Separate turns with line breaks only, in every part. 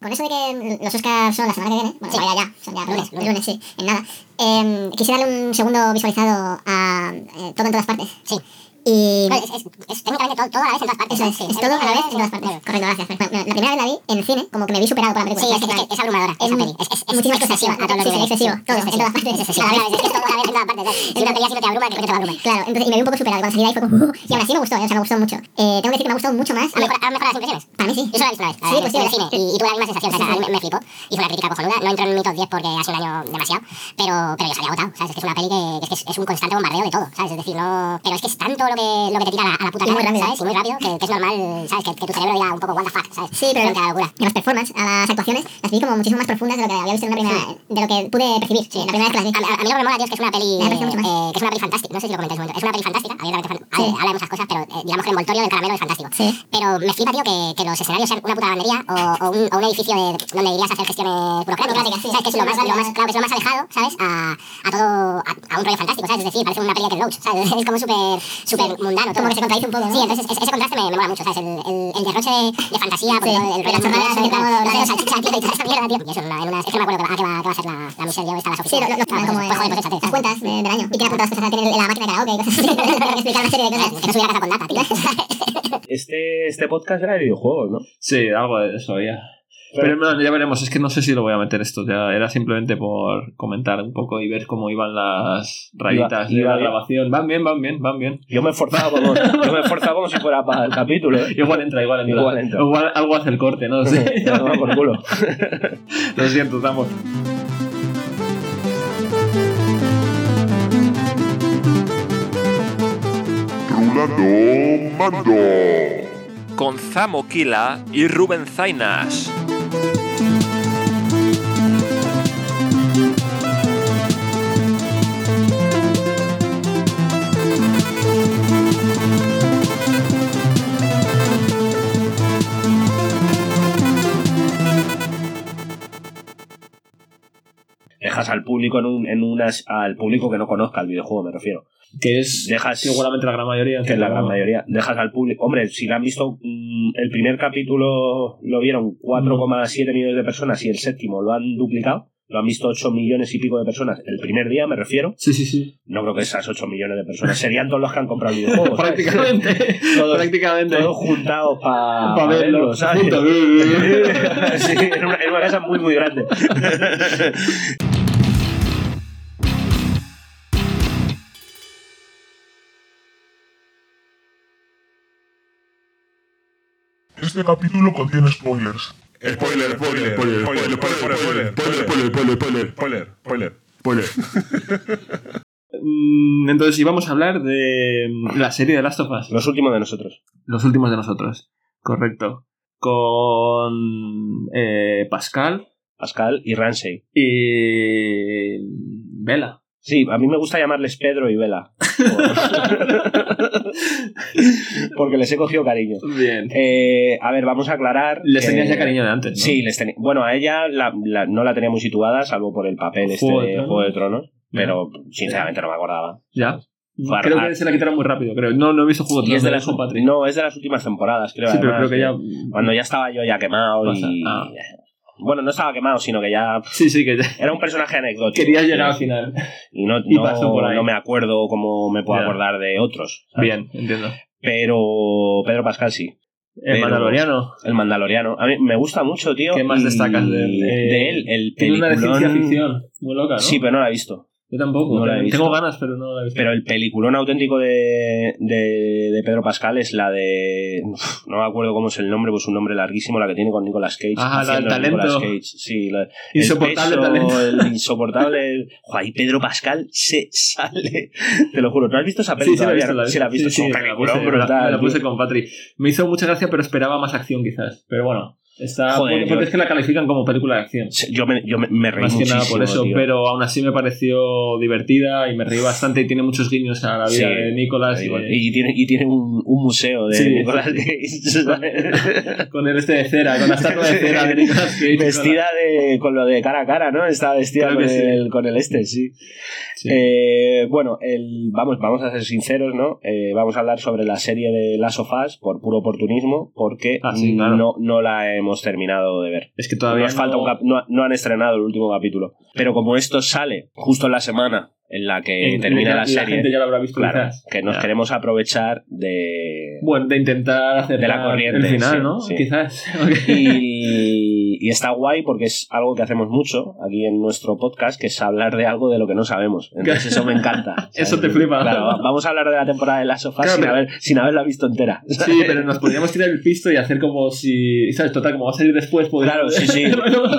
con eso de que mm, los Oscars son la semana que viene, bueno,
Sí.
todavía ya, o sea, ya lunes,
Lunes,
el
lunes.
lunes, sí, en nada, eh, quise darle un segundo visualizado a eh, todo en todas partes.
Sí.
Y
Bueno, es, es, es técnicamente todo, todo a la vez en todas partes.
eso es,
sí.
es todo a la vez en todas
sí,
partes. Correcto, gracias. Pues, Bueno, la primera vez la vi en cine, como que me vi superado por la
Sí,
película.
es,
¿sabes?
es, que es abrumadora
Es
esa peli. Es, es, es
muchísimas cosas,
excesiva a todos los
sí, sí,
niveles.
excesivo, todo,
es
en todas partes.
Es excesiva, a la vez, es que es todo a la vez en todas partes. ¿sabes? Es una peli así que te abruma, que que te va a abrumar.
Claro, entonces, y me vi un poco superado. Cuando salí de ahí fue como... y aún así me gustó, eh, o sea, me gustó mucho. Eh, tengo que decir que me ha gustado mucho más.
¿Han mejorado, han mejorado las impresiones?
Para mí sí.
Yo solo la he visto una
Sí, pues sí,
vez, la verdad, en el cine,
la-
y, y tuve la misma sensación,
Sí, sí.
o sea, a mí me, me flipó, hizo una crítica cojonuda, no entró en mi top 10 porque hace un año demasiado, pero, pero yo salí agotado, ¿sabes? Es que es una peli que, es, que es, es un constante bombardeo de todo, ¿sabes? Es decir, no... Pero es que es tanto lo que, lo que te tira a la, a la puta
Y muy
cara,
rápido.
¿sabes? Y muy ¿eh? rápido, que, que es normal, ¿sabes? Que, que tu cerebro diga un poco what the fuck, ¿sabes?
Sí, pero-
Frente a la locura.
Y las performances, a las actuaciones, las vi como muchísimo más profundas de lo que había visto en una primera... De lo que pude percibir, sí, la primera vez que las vi.
A, a- a mí lo que me mola, tío, es que es una peli.
Me ha parecido
eh,
mucho más.
eh, que es una peli fantástica. No sé si lo comentáis un momento. Es una peli fantástica, abiertamente fan-
Sí.
habla de muchas cosas, pero eh, digamos que el envoltorio del caramelo es fantástico.
Sí.
Pero me flipa, tío, que, que los escenarios sean una puta bandería o, o un, o un edificio de- donde irías a hacer gestiones burocráticas.
Burocráticas, sí.
¿Sabes? Que es lo más, lo más,
Burocráticas.
claro, que es lo más alejado, ¿sabes? A, a todo. A, a un rollo fantástico, ¿sabes? Es decir, parece una peli de Ken Loach, ¿sabes? Es como súper súper mundano. todo.
Como que se contradice un poco, ¿no?
Sí, entonces es- ese contraste me, me mola mucho, ¿sabes? El, el, el derroche de, de fantasía, porque
Sí.
todo el
Las
rollo
chorradas
mundano,
que estamos-
los dedos salchicha, tío, y toda esa mierda, tío. Y eso, en una, en una- es que no me acuerdo que va- a qué va, qué va a hacer la, la Michelle Yeoh, esta, la
Sí,
Sofía.
lo, lo, lo
Claro,
como
pues, pues, joder, pues,
eh,
échate,
las cuentas de- del año. Y tiene apuntadas cosas, tiene la máquina de karaoke y cosas así. Tiene que explicar una serie de
Que no
cosas.
subiera casa con data, tío.
Este, este podcast era de videojuegos, ¿no?
Sí, algo de eso, ya. Pero bueno, ya veremos, es que no sé si lo voy a meter esto, ya era simplemente por comentar un poco y ver cómo iban las rayitas
Iba- iba
de la
bien.
grabación. Van bien, van bien, van bien.
Yo me he esforzado como, yo me he esforzado como si fuera para el capítulo, ¿eh?
Igual entra, igual entra.
Igual entra.
Igual algo hace el corte, no sé.
Ya, toma por culo.
Lo siento, estamos.
Hablando Mando.
Con Zamo Kila y Rubén Zainas. Dejas al público en, un, en unas. al público que no conozca el videojuego, me refiero.
Que es
Dejas-
seguramente la gran mayoría.
que en la gran mayoría dejas al público. Hombre, si la han visto, mm, el primer capítulo lo vieron
Mm.
4,7 millones de personas y el séptimo lo han duplicado. Lo han visto 8 millones y pico de personas el primer día, me refiero.
Sí, sí, sí.
No creo que esas 8 millones de personas serían todos los que han comprado el videojuego. Oh, ¿sabes?
prácticamente.
Todos-
prácticamente.
Todos juntados para
Pa' verlo,
¿sabes?
juntos.
Sí, en una, en una casa muy, muy grande.
Este capítulo contiene spoilers. Spoiler, spoiler, spoiler, spoiler, spoiler, spoiler, spoiler, spoiler, spoiler, spoiler, spoiler, spoiler.
Mm, Entonces íbamos a hablar de mm, la serie de Last of Us.
Los últimos de nosotros.
Los últimos de nosotros. Correcto. Con eh, Pascal
Pascal y Ramsey.
y mm, Vela.
Sí, a mí me gusta llamarles Pedro y Vela. Porque les he cogido cariño.
Bien.
Eh, a ver, vamos a aclarar.
Les
que-
tenías ya cariño de antes. ¿no?
Eh, Sí, les tenía. Bueno, a ella la- la- no la tenía muy situada, salvo por el papel este
Juego de
de
Tronos.
Juego de Tronos.
Ya.
Pero sinceramente no me acordaba.
Ya.
Far-
creo
ah.
que se la quitaron muy rápido, creo. No, no he visto juego
Y es de las,
Patri.
no, es de las últimas temporadas, creo.
sí, pero
además, ¿eh?
creo que ya.
Cuando ya estaba yo ya quemado
Pasa.
y.
Ah.
Bueno, no estaba quemado, sino que ya.
Sí, sí, que ya.
Era un personaje anecdótico.
Quería llegar al final.
Y no,
y
no-
pasó por ahí.
no me acuerdo como me puedo
Ya.
acordar de otros. ¿sabes?
Bien, entiendo.
Pero Pedro Pascal sí.
El
Pero-
Mandaloriano.
El Mandaloriano. A mí me gusta mucho, tío.
¿Qué más
y-
destacas de él?
de él, el
Tiene una de
peliculón-
ciencia ficción. Muy loca, ¿no?
Sí, pero no la he visto.
Yo tampoco.
No la he visto.
Tengo ganas, pero no la he visto.
Pero el peliculón auténtico de, de, de Pedro Pascal es la de. Uf, No me acuerdo cómo es el nombre, pues un nombre larguísimo, la que tiene con Nicolas Cage.
Ah, la del
haciendo
talento.
Nicolas Cage. Sí, la- el
Insoportable
peso,
talento.
El insoportable. Joder, ahí Pedro Pascal se sale. Te lo juro, ¿no has visto esa
Sí,
película?
sí, la he visto.
Sí, la has visto.
Sí, sí,
es un
me la
peliculón
puse, me la-
brutal,
me la puse
tío.
con Patri. Me hizo mucha gracia, pero esperaba más acción, quizás. Pero bueno, está.
Joder,
porque- porque
yo-
es que la califican como película de acción.
Yo me, yo me, me reí
Más que nada
muchísimo,
por eso,
tío.
pero aún así me pareció divertida y me reí bastante y tiene muchos guiños a la vida
Sí,
de Nicolás y, de-
Y tiene, y tiene un, un museo de
Sí.
Nicolas Cage.
con el este de cera, con la estatua de cera de Nicolás Cage.
vestida de, con lo de cara a cara, ¿no? Está vestida
Claro
con,
que sí.
el, con el este, sí.
Sí.
Eh, bueno, el, vamos, vamos a ser sinceros, ¿no? Eh, vamos a hablar sobre la serie de Last of Us por puro oportunismo, porque
Ah, sí, claro.
no, no la hemos terminado de ver.
Es que todavía
Nos
no-
falta un cap- no, no han estrenado el último capítulo. Pero como esto sale justo en la semana en la que
en-
termina
y
la, serie,
gente ya lo habrá visto
claro,
quizás.
que nos
Ya.
queremos aprovechar de...
Bueno, de intentar hacer
De la corriente,
el final,
sí,
¿no?
sí.
Quizás.
Y, y está guay porque es algo que hacemos mucho aquí en nuestro podcast, que es hablar de algo de lo que no sabemos. Entonces eso me encanta. ¿sabes?
Eso te flipa.
Claro, va- vamos a hablar de la temporada de las sofás
Claro,
sin,
pero-
haber- sin haberla visto entera.
Sí, pero nos podríamos tirar el pisto y hacer como si. ¿Sabes? Total, como va a salir después, podría-
Claro, sí, sí.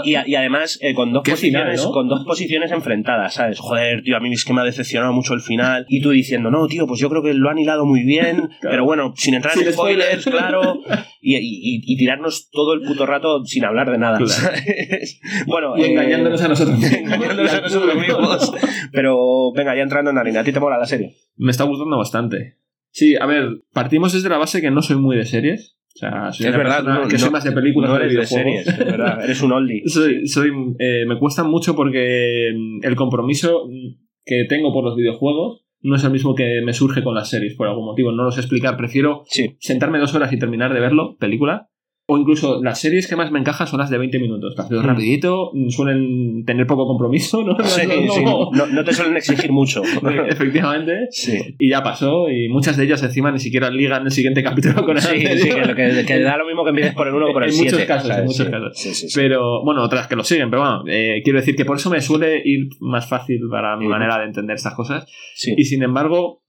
Y, y además eh, con dos
Qué final,
posiciones,
¿no?
con dos posiciones enfrentadas, ¿sabes? Joder, tío, a mí es que me ha decepcionado mucho el final. Y tú diciendo, no, tío, pues yo creo que lo han hilado muy bien, pero bueno, sin entrar
Sin
en spoilers,
spoilers.
claro. Y, y- y- y tirarnos todo el puto rato sin hablar de nada.
Claro.
¿sabes? Bueno,
Y
eh,
engañándonos a nosotros mismos.
engañándonos a nosotros mismos. Pero venga, ya entrando en la línea, a ti te mola la serie.
Me está gustando bastante. Sí, a ver, partimos desde la base que no soy muy de series. O sea, soy
Es
una
verdad,
persona
no-
que soy
no-
más de películas
no
que de
eres de
videojuegos.
series, es verdad, eres un oldie.
Soy, soy, eh, me cuesta mucho porque mm, el compromiso mm, que tengo por los videojuegos no es el mismo que me surge con las series, por algún motivo. No lo sé explicar. Prefiero
Sí,
sentarme dos horas y terminar de verlo, película. O incluso las series que más me encajan son las de 20 minutos. Las veo
Mm.
rapidito, mm, suelen tener poco compromiso, ¿no?
sí,
No, no.
sí, no, no te suelen exigir mucho.
Efectivamente.
Sí.
Y ya pasó, y muchas de ellas encima ni siquiera ligan el siguiente capítulo con el
Sí,
anterior.
sí, que, lo que- que da lo mismo que empieces por el 1 que por el
En
7.
muchos casos, en muchos casos. Pero bueno, otras que lo siguen, pero bueno, eh, quiero decir que por eso me suele ir más fácil para mi
Ujú.
manera de entender estas cosas. Y sin embargo,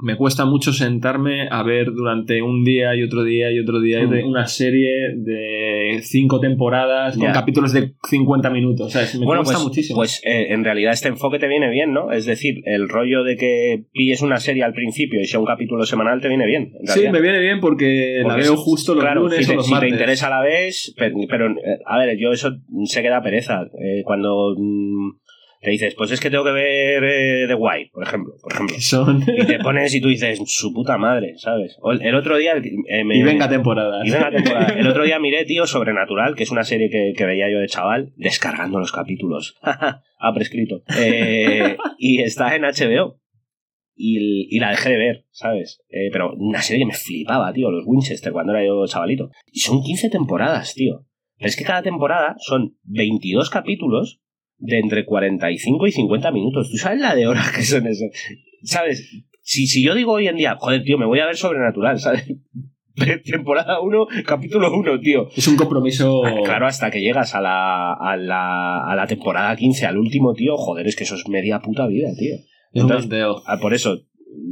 me cuesta mucho sentarme a ver durante un día y otro día y otro día y otro-
Mm.
una serie de cinco temporadas con
Ya.
capítulos de 50 minutos. ¿sabes? Me
Bueno,
cuesta
pues,
muchísimo.
pues eh, en realidad este enfoque te viene bien, ¿no? Es decir, el rollo de que pilles una serie al principio y sea un capítulo semanal te viene bien. en
sí,
realidad.
me viene bien porque, la
Porque
veo
si-
justo los
claro,
lunes
si te,
o los
si te
martes.
interesa la vez, pero, pero, eh, a ver, yo eso se queda pereza. Eh, cuando mm, te dices, pues es que tengo que ver eh, The Wire, por ejemplo, por ejemplo.
Que son-
Y te pones y tú dices, su puta madre, ¿sabes? O el, el otro día... eh, me-
y venga temporada.
Y venga temporada. El otro día miré, tío, Sobrenatural, que es una serie que, que veía yo de chaval, descargando los capítulos. ha prescrito. Eh, y está en HBO. Y, y la dejé de ver, ¿sabes? Eh, pero una serie que me flipaba, tío, los Winchester, cuando era yo chavalito. Y son 15 temporadas, tío. Pero es que cada temporada son 22 capítulos de entre 45 y 50 minutos. ¿Tú sabes la de horas que son eso? ¿Sabes? Si, si yo digo hoy en día, joder, tío, me voy a ver Sobrenatural, ¿sabes? Temporada 1, capítulo 1, tío.
Es un compromiso.
Ah, Claro, hasta que llegas a la, a, la, a la temporada 15, al último, tío, joder, es que eso es media puta vida, tío.
Es un
Entonces,
monteo.
ah, por eso,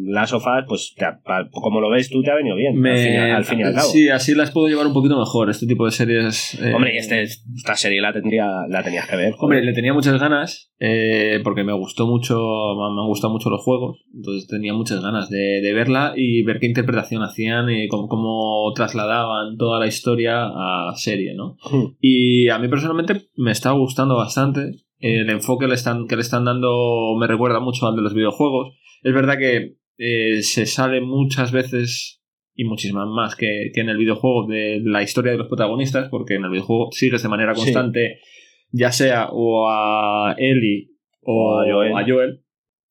las sofás, pues, te ha- pa- como lo ves tú, te ha venido bien, al,
Me- eh, ah,
fin, y al- al fin y al cabo.
Sí, así las puedo llevar un poquito mejor. Este tipo de series. eh,
Hombre, y este- esta serie la, tendría, la tenías que ver. joder.
Hombre, le tenía muchas ganas eh, porque me gustó mucho, me me han gustado mucho los juegos, entonces tenía muchas ganas de, de verla y ver qué interpretación hacían y cómo, cómo trasladaban toda la historia a serie, ¿no?
Hmm.
Y a mí personalmente me está gustando bastante el enfoque le están, que le están dando, me recuerda mucho al de los videojuegos. Es verdad que eh, se sale muchas veces y muchísimas más que, que en el videojuego de la historia de los protagonistas, porque en el videojuego sigues de manera
Sí.
constante, ya sea o a Ellie o,
O a Joel.
a Joel.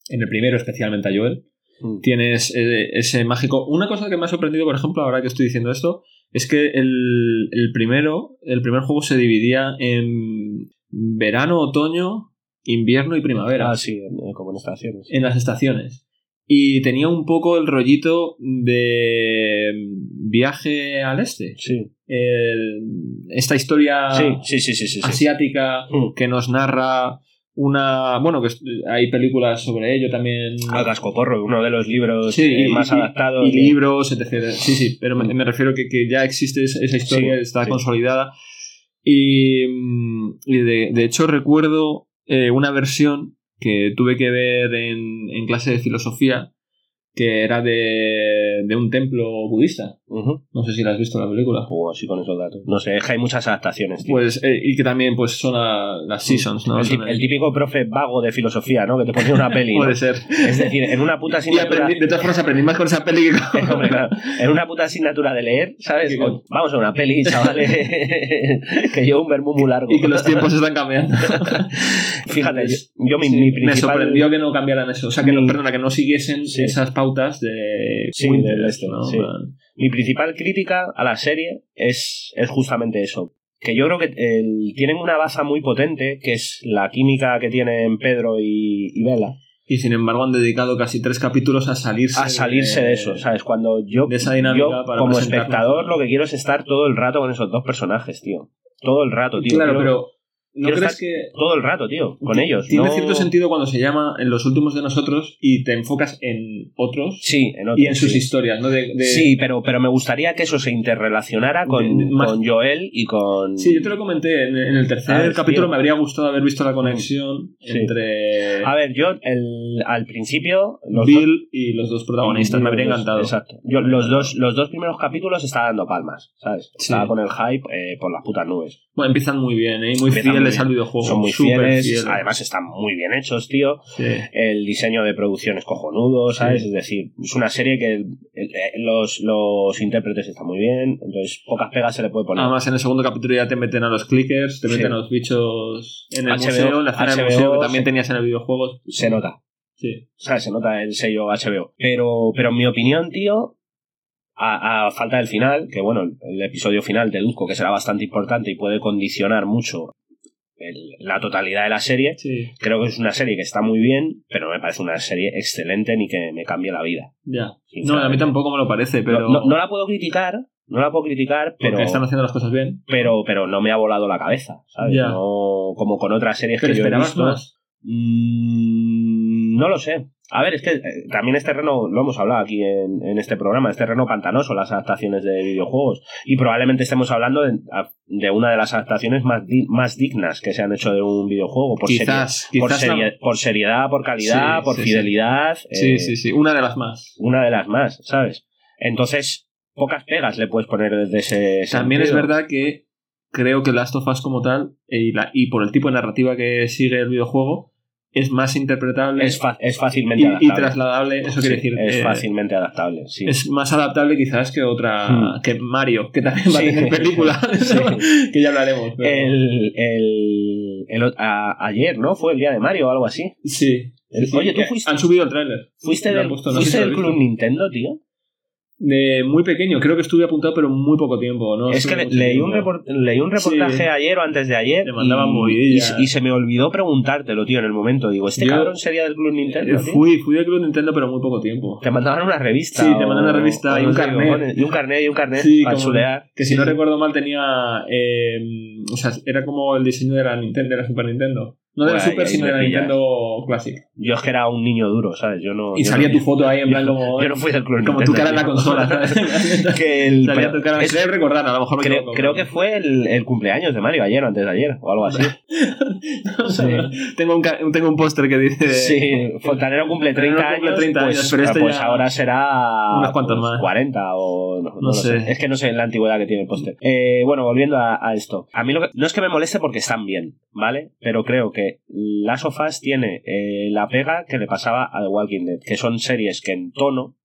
En el primero, especialmente a Joel
Mm.
tienes eh, ese mágico. Una cosa que me ha sorprendido, por ejemplo, ahora que estoy diciendo esto, es que el, el primero, el primer juego se dividía en verano, otoño, invierno y primavera. Eh,
Ah, sí, en- como en estaciones.
En las estaciones. Y tenía un poco el rollito de viaje al este.
Sí.
El- esta historia
sí, sí, sí, sí, sí.
ah,
sí.
asiática
Mm.
que nos narra una. Bueno, que es- hay películas sobre ello también.
Al Gascoporro, uno de los libros
Sí,
eh,
y-
más
y-
adaptados.
y
que-
libros, etc. Sí, sí, pero me, me refiero que, que ya existe es- esa historia,
Mm. Sí,
está
sí.
consolidada. Y, mm, y de, de hecho recuerdo eh, una versión que tuve que ver en, en clase de filosofía que era de, de un templo budista.
Ujú.
No sé si la has visto la película.
O así con esos datos. No sé, es que hay muchas adaptaciones. tío.
Pues, eh, y que también pues son a- las seasons, ¿no?
el,
Son
tip-
a-
el típico profe vago de filosofía, ¿no? Que te ponía una peli. ¿no?
Puede ser.
Es decir, en una puta
Pues Y
asignatura.
aprendí, de todas formas aprendí más con esa peli que con...
Hombre, claro, en una puta asignatura de leer, ¿sabes?
Sí, claro.
Vamos a una peli, chavales. que yo un verbo muy largo.
Y que los tiempos están cambiando.
Fíjate, yo, yo mi,
Sí,
mi
me
principal-
sorprendió que no cambiaran eso. O sea, que no, perdona, que no siguiesen
Sí.
esas pautas de
Sí,
Winters,
del este,
¿no?
sí. Mi principal crítica a la serie es, es justamente eso. que yo creo que eh, tienen una base muy potente, que es la química que tienen Pedro y, y Vela.
Y sin embargo han dedicado casi tres capítulos a salirse.
A salirse de eso, ¿sabes? Cuando yo,
de esa dinámica
yo,
para
como
presentar-
espectador lo que quiero es estar todo el rato con esos dos personajes, tío. Todo el rato, tío.
Claro,
Quiero-
pero ¿no
quiero
crees
estar
que
Todo el rato, tío, con ellos.
tiene
no-
cierto sentido cuando se llama en los últimos de nosotros y te enfocas en otros
Sí, en otros,
y en sus
sí.
historias, ¿no? De, de-
Sí, pero, pero me gustaría que eso se interrelacionara con,
De- más-
con Joel y con...
Sí, yo te lo comenté en, en el tercer
Ah, es
capítulo.
cierto.
Me habría gustado haber visto la conexión
Sí.
entre
A ver, yo el- al principio... Los dos-
Bill y los dos protagonistas. Me habría
Los-
encantado.
Exacto. Yo, los, dos, los dos primeros capítulos estaba dando palmas, ¿sabes?
Sí.
Estaba con el hype eh, por las putas nubes.
Bueno, empiezan muy bien, ¿eh? Y Muy
Empiezan muy
fieles
bien.
al videojuego.
Son muy
súper
fieles, además eh, están muy bien hechos, tío.
Sí.
El diseño de producción es cojonudo, ¿sabes?
Sí.
Es decir, es una serie que el- el- eh, los, los intérpretes están muy bien, entonces pocas pegas se le puede poner.
Además, en el segundo capítulo ya te meten a los clickers, te
Sí.
meten a los bichos en el
HBO,
museo, en la escena
HBO,
del museo que también
sí.
tenías en el videojuego.
se nota,
Sí.
¿sabes? Se nota el sello HBO. Pero, pero en mi opinión, tío, a, a falta del final, que bueno, el episodio final deduzco que será bastante importante y puede condicionar mucho el- la totalidad de la serie,
Sí.
creo que es una serie que está muy bien, pero no me parece una serie excelente ni que me cambie la vida.
Ya. No, a mí
sinceramente.
tampoco me lo parece, pero.
No, no- no la puedo criticar, no la puedo criticar,
porque
pero,
están haciendo las cosas bien.
pero, pero no me ha volado la cabeza, ¿sabes?
Ya.
No, como con otras series
pero
que yo he
esperabas
visto.
más.
Mm, no lo sé. A ver, es que eh, también es terreno, lo hemos hablado aquí en, en este programa, es terreno pantanoso las adaptaciones de videojuegos. Y probablemente estemos hablando de, de una de las adaptaciones más, di- más dignas que se han hecho de un videojuego. Por
Quizás,
serie- por,
quizás. la-
serie- por seriedad, por calidad,
Sí,
por
sí, sí.
fidelidad. eh,
Sí, sí, sí. Una de las más.
Una de las más, ¿sabes? Entonces, pocas pegas le puedes poner desde ese.
También es
sentido.
verdad que creo que Last of Us como tal, eh, y, la- y por el tipo de narrativa que sigue el videojuego, es más interpretable
Es, fa- es fácilmente
y, y
adaptable.
trasladable. Eso
Sí,
quiere decir.
Es
eh,
fácilmente adaptable, sí.
es más adaptable quizás que otra
Hmm.
que Mario que también va
Sí.
a tener película
Sí.
que ya hablaremos pero-
El, el, el o- a- ayer, ¿no? Fue el día de Mario o algo así.
sí
el-
Sí, sí,
oye, tú
que
fuiste-
han subido el tráiler
¿Fuiste
Lo han
del,
puesto, no sé
¿fuiste
si lo
del
has visto.
Club Nintendo, tío?
de muy pequeño creo que estuve apuntado pero muy poco tiempo no
es
Estuve
que le-
mucho
leí
tiempo.
un, report- leí un reportaje
Sí.
ayer o antes de ayer.
Le mandaban
y-
movidillas.
y, y se me olvidó preguntártelo, tío, en el momento. Digo, ¿este
Yo-
cabrón sería del Club Nintendo?
Eh,
tío?
fui fui del club Nintendo pero muy poco tiempo
Te mandaban una revista.
Sí, te
o-
mandan una revista
o
y un
unos
carnet.
dibujones. Y un carnet y un carnet
Sí,
para
como-
chulear.
que si no recuerdo mal tenía eh, o sea era como el diseño de la Nintendo de la Super Nintendo no de la
Bueno, ahí-
Super
ahí
sino
me
de la
pillas.
Nintendo Classic
Yo es que era un niño duro, ¿sabes? Yo no.
y
yo
salía
no-
tu foto ahí en plan como
Yo no fui del Club
como
Nintendo.
tu cara en la
tío.
consola ¿sabes?
que el,
Salía
pero-
tu cara.
es-
Creo recordar, a lo mejor me
Creo,
equivoco,
creo que
pero-
fue el, el cumpleaños de Mario ayer o antes de ayer o algo así. Sí.
tengo, un, ca- tengo un póster que dice
Sí, Fontanero cumple 30
Fontanero cumple
años.
30
pues,
años, pero este
pues
ya-
ahora será.
Unos cuantos más.
40 o. No, no
No
lo sé.
sé.
Es que no sé la antigüedad que tiene el póster. Eh, bueno, volviendo a, a esto. A mí lo que- no es que me moleste porque están bien, ¿vale? Pero creo que Las of Us tiene eh, la pega que le pasaba a The Walking Dead, que son series que en tono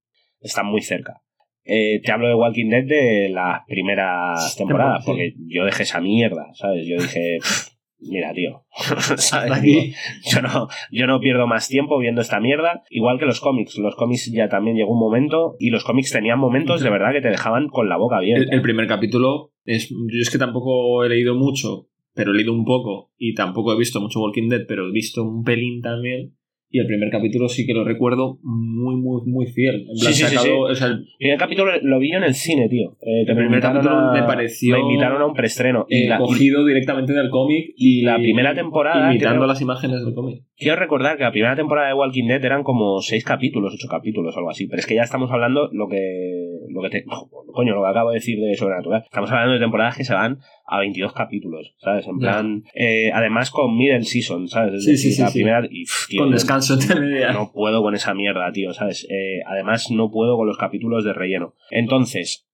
están muy cerca. Eh, te hablo de Walking Dead de las primeras temporadas,
Temporada, sí.
porque yo dejé esa mierda, ¿sabes? Yo dije, "Pff, mira, tío, ¿sabes?
Hasta
Digo,
aquí.
yo no, yo no pierdo más tiempo viendo esta mierda. Igual que los cómics. Los cómics ya también llegó un momento. Y los cómics tenían momentos de verdad que te dejaban con la boca abierta.
El, el primer capítulo es. Yo es que tampoco he leído mucho, pero he leído un poco. Y tampoco he visto mucho Walking Dead, pero he visto un pelín también. Y el primer capítulo sí que lo recuerdo muy, muy, muy fiel. En plan,
Sí, sí, sí,
sacado-
sí.
o sea, el-
El primer capítulo lo vi yo en el cine, tío. Eh, que
El
me
primer
invitaron
capítulo me pareció-
Me invitaron a un preestreno. Y
eh,
la,
cogido directamente del cómic
y
y,
la primera temporada.
Imitando
creo-
las imágenes del cómic.
Quiero recordar que la primera temporada de Walking Dead eran como seis capítulos, ocho capítulos, algo así. Pero es que ya estamos hablando lo que. Lo que te, coño, lo que acabo de decir de Sobrenatural. Estamos hablando de temporadas que se van a 22 capítulos, ¿sabes? En
Ya.
plan. eh, además con Middle Season, ¿sabes? Es
Sí,
decir,
sí, sí,
la
sí.
primera. y, pff, tío,
Con
yo
descanso entre media.
No puedo con esa mierda, tío, ¿sabes? Eh, además, no puedo con los capítulos de relleno. Entonces,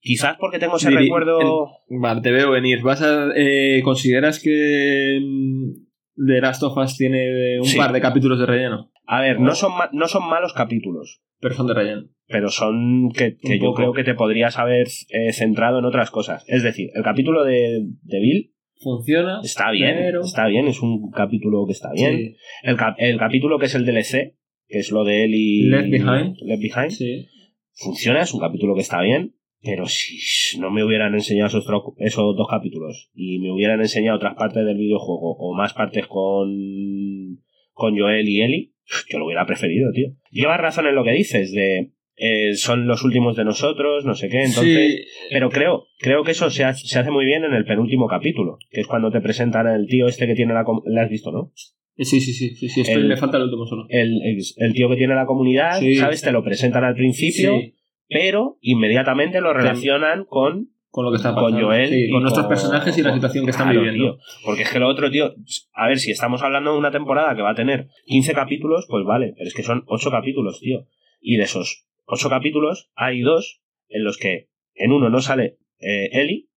quizás porque tengo ese
Diri-
recuerdo.
Vale, te veo venir. ¿Vas a, eh, ¿Consideras que mm, The Last of Us tiene eh, un
Sí.
par de capítulos de relleno?
A ver, no son, ma- no son malos capítulos.
Pero son de relleno.
pero son que, que
Un
yo
poco.
creo que te podrías haber eh, centrado en otras cosas. Es decir, el capítulo de, de Bill
¿Funciona?
está bien,
Pero-
está bien, es un capítulo que está bien.
Sí,
El, cap- el capítulo que es el DLC, que es lo de él y
Left Behind.
Left Behind,
sí.
funciona, es un capítulo que está bien. Pero si no me hubieran enseñado esos, tro- esos dos capítulos y me hubieran enseñado otras partes del videojuego o más partes con, con Joel y Ellie, yo lo hubiera preferido, tío. Llevas razón en lo que dices de eh, son los últimos de nosotros, no sé qué, entonces... Pero creo, creo que eso se, ha- se hace muy bien en el penúltimo capítulo, que es cuando te presentan al tío este que tiene la... com- ¿Le has visto, no?
Sí, sí, sí, sí, sí, sí, estoy-
El-
me falta el último solo.
El, el- el tío que tiene la comunidad,
Sí.
¿sabes? Te lo presentan al principio,
Sí,
pero inmediatamente lo relacionan con...
con lo que está
con
pasando.
Joel
Sí,
y
con nuestros
con-
personajes y la
con-
situación que están
Claro,
viviendo.
tío. Porque es que lo otro, tío, a ver, si estamos hablando de una temporada que va a tener 15 capítulos, pues vale, pero es que son 8 capítulos, tío. Y de esos 8 capítulos hay dos en los que en uno no sale eh, Ellie,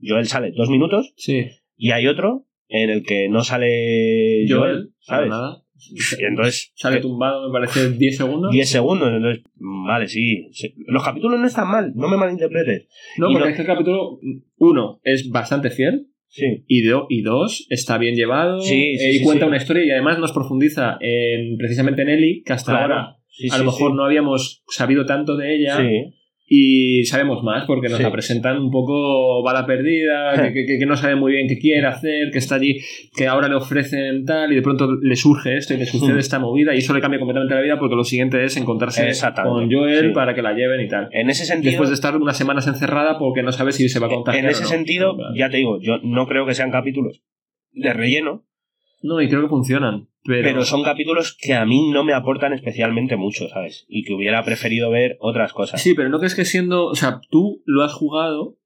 Joel sale dos minutos,
Sí,
y hay otro en el que no sale Joel,
Joel,
¿sabes?
nada.
Y entonces...
Sale tumbado, me parece, 10 segundos.
10 segundos, entonces, mm, vale, sí. sí. Los capítulos no están mal, no me malinterpretes.
No,
y
porque
no-
es que el capítulo 1 es bastante fiel
Sí.
y 2 y dos está bien llevado
Sí, sí,
eh, y
sí,
cuenta
sí.
una historia y además nos profundiza en, precisamente en Ellie, que hasta
Claro.
ahora
sí,
a
sí,
lo mejor
sí.
no habíamos sabido tanto de ella.
Sí.
Y sabemos más porque nos
Sí.
la presentan un poco bala perdida, que- que, que- que no sabe muy bien qué quiere hacer, que está allí, que ahora le ofrecen tal y de pronto le surge esto y le sucede
Hmm.
esta movida y eso le cambia completamente la vida porque lo siguiente es encontrarse
Exactamente,
con Joel
sí.
para que la lleven y tal.
En ese sentido.
Después de estar unas semanas encerrada porque no sabe si se va a contagiar.
en ese
o no.
sentido,
Claro.
ya te digo, yo no creo que sean capítulos de relleno,
No, y creo que funcionan. Pero,
pero, son capítulos que a mí no me aportan especialmente mucho, ¿sabes? Y que hubiera preferido ver otras cosas.
Sí, pero no crees que siendo. O sea, tú lo has jugado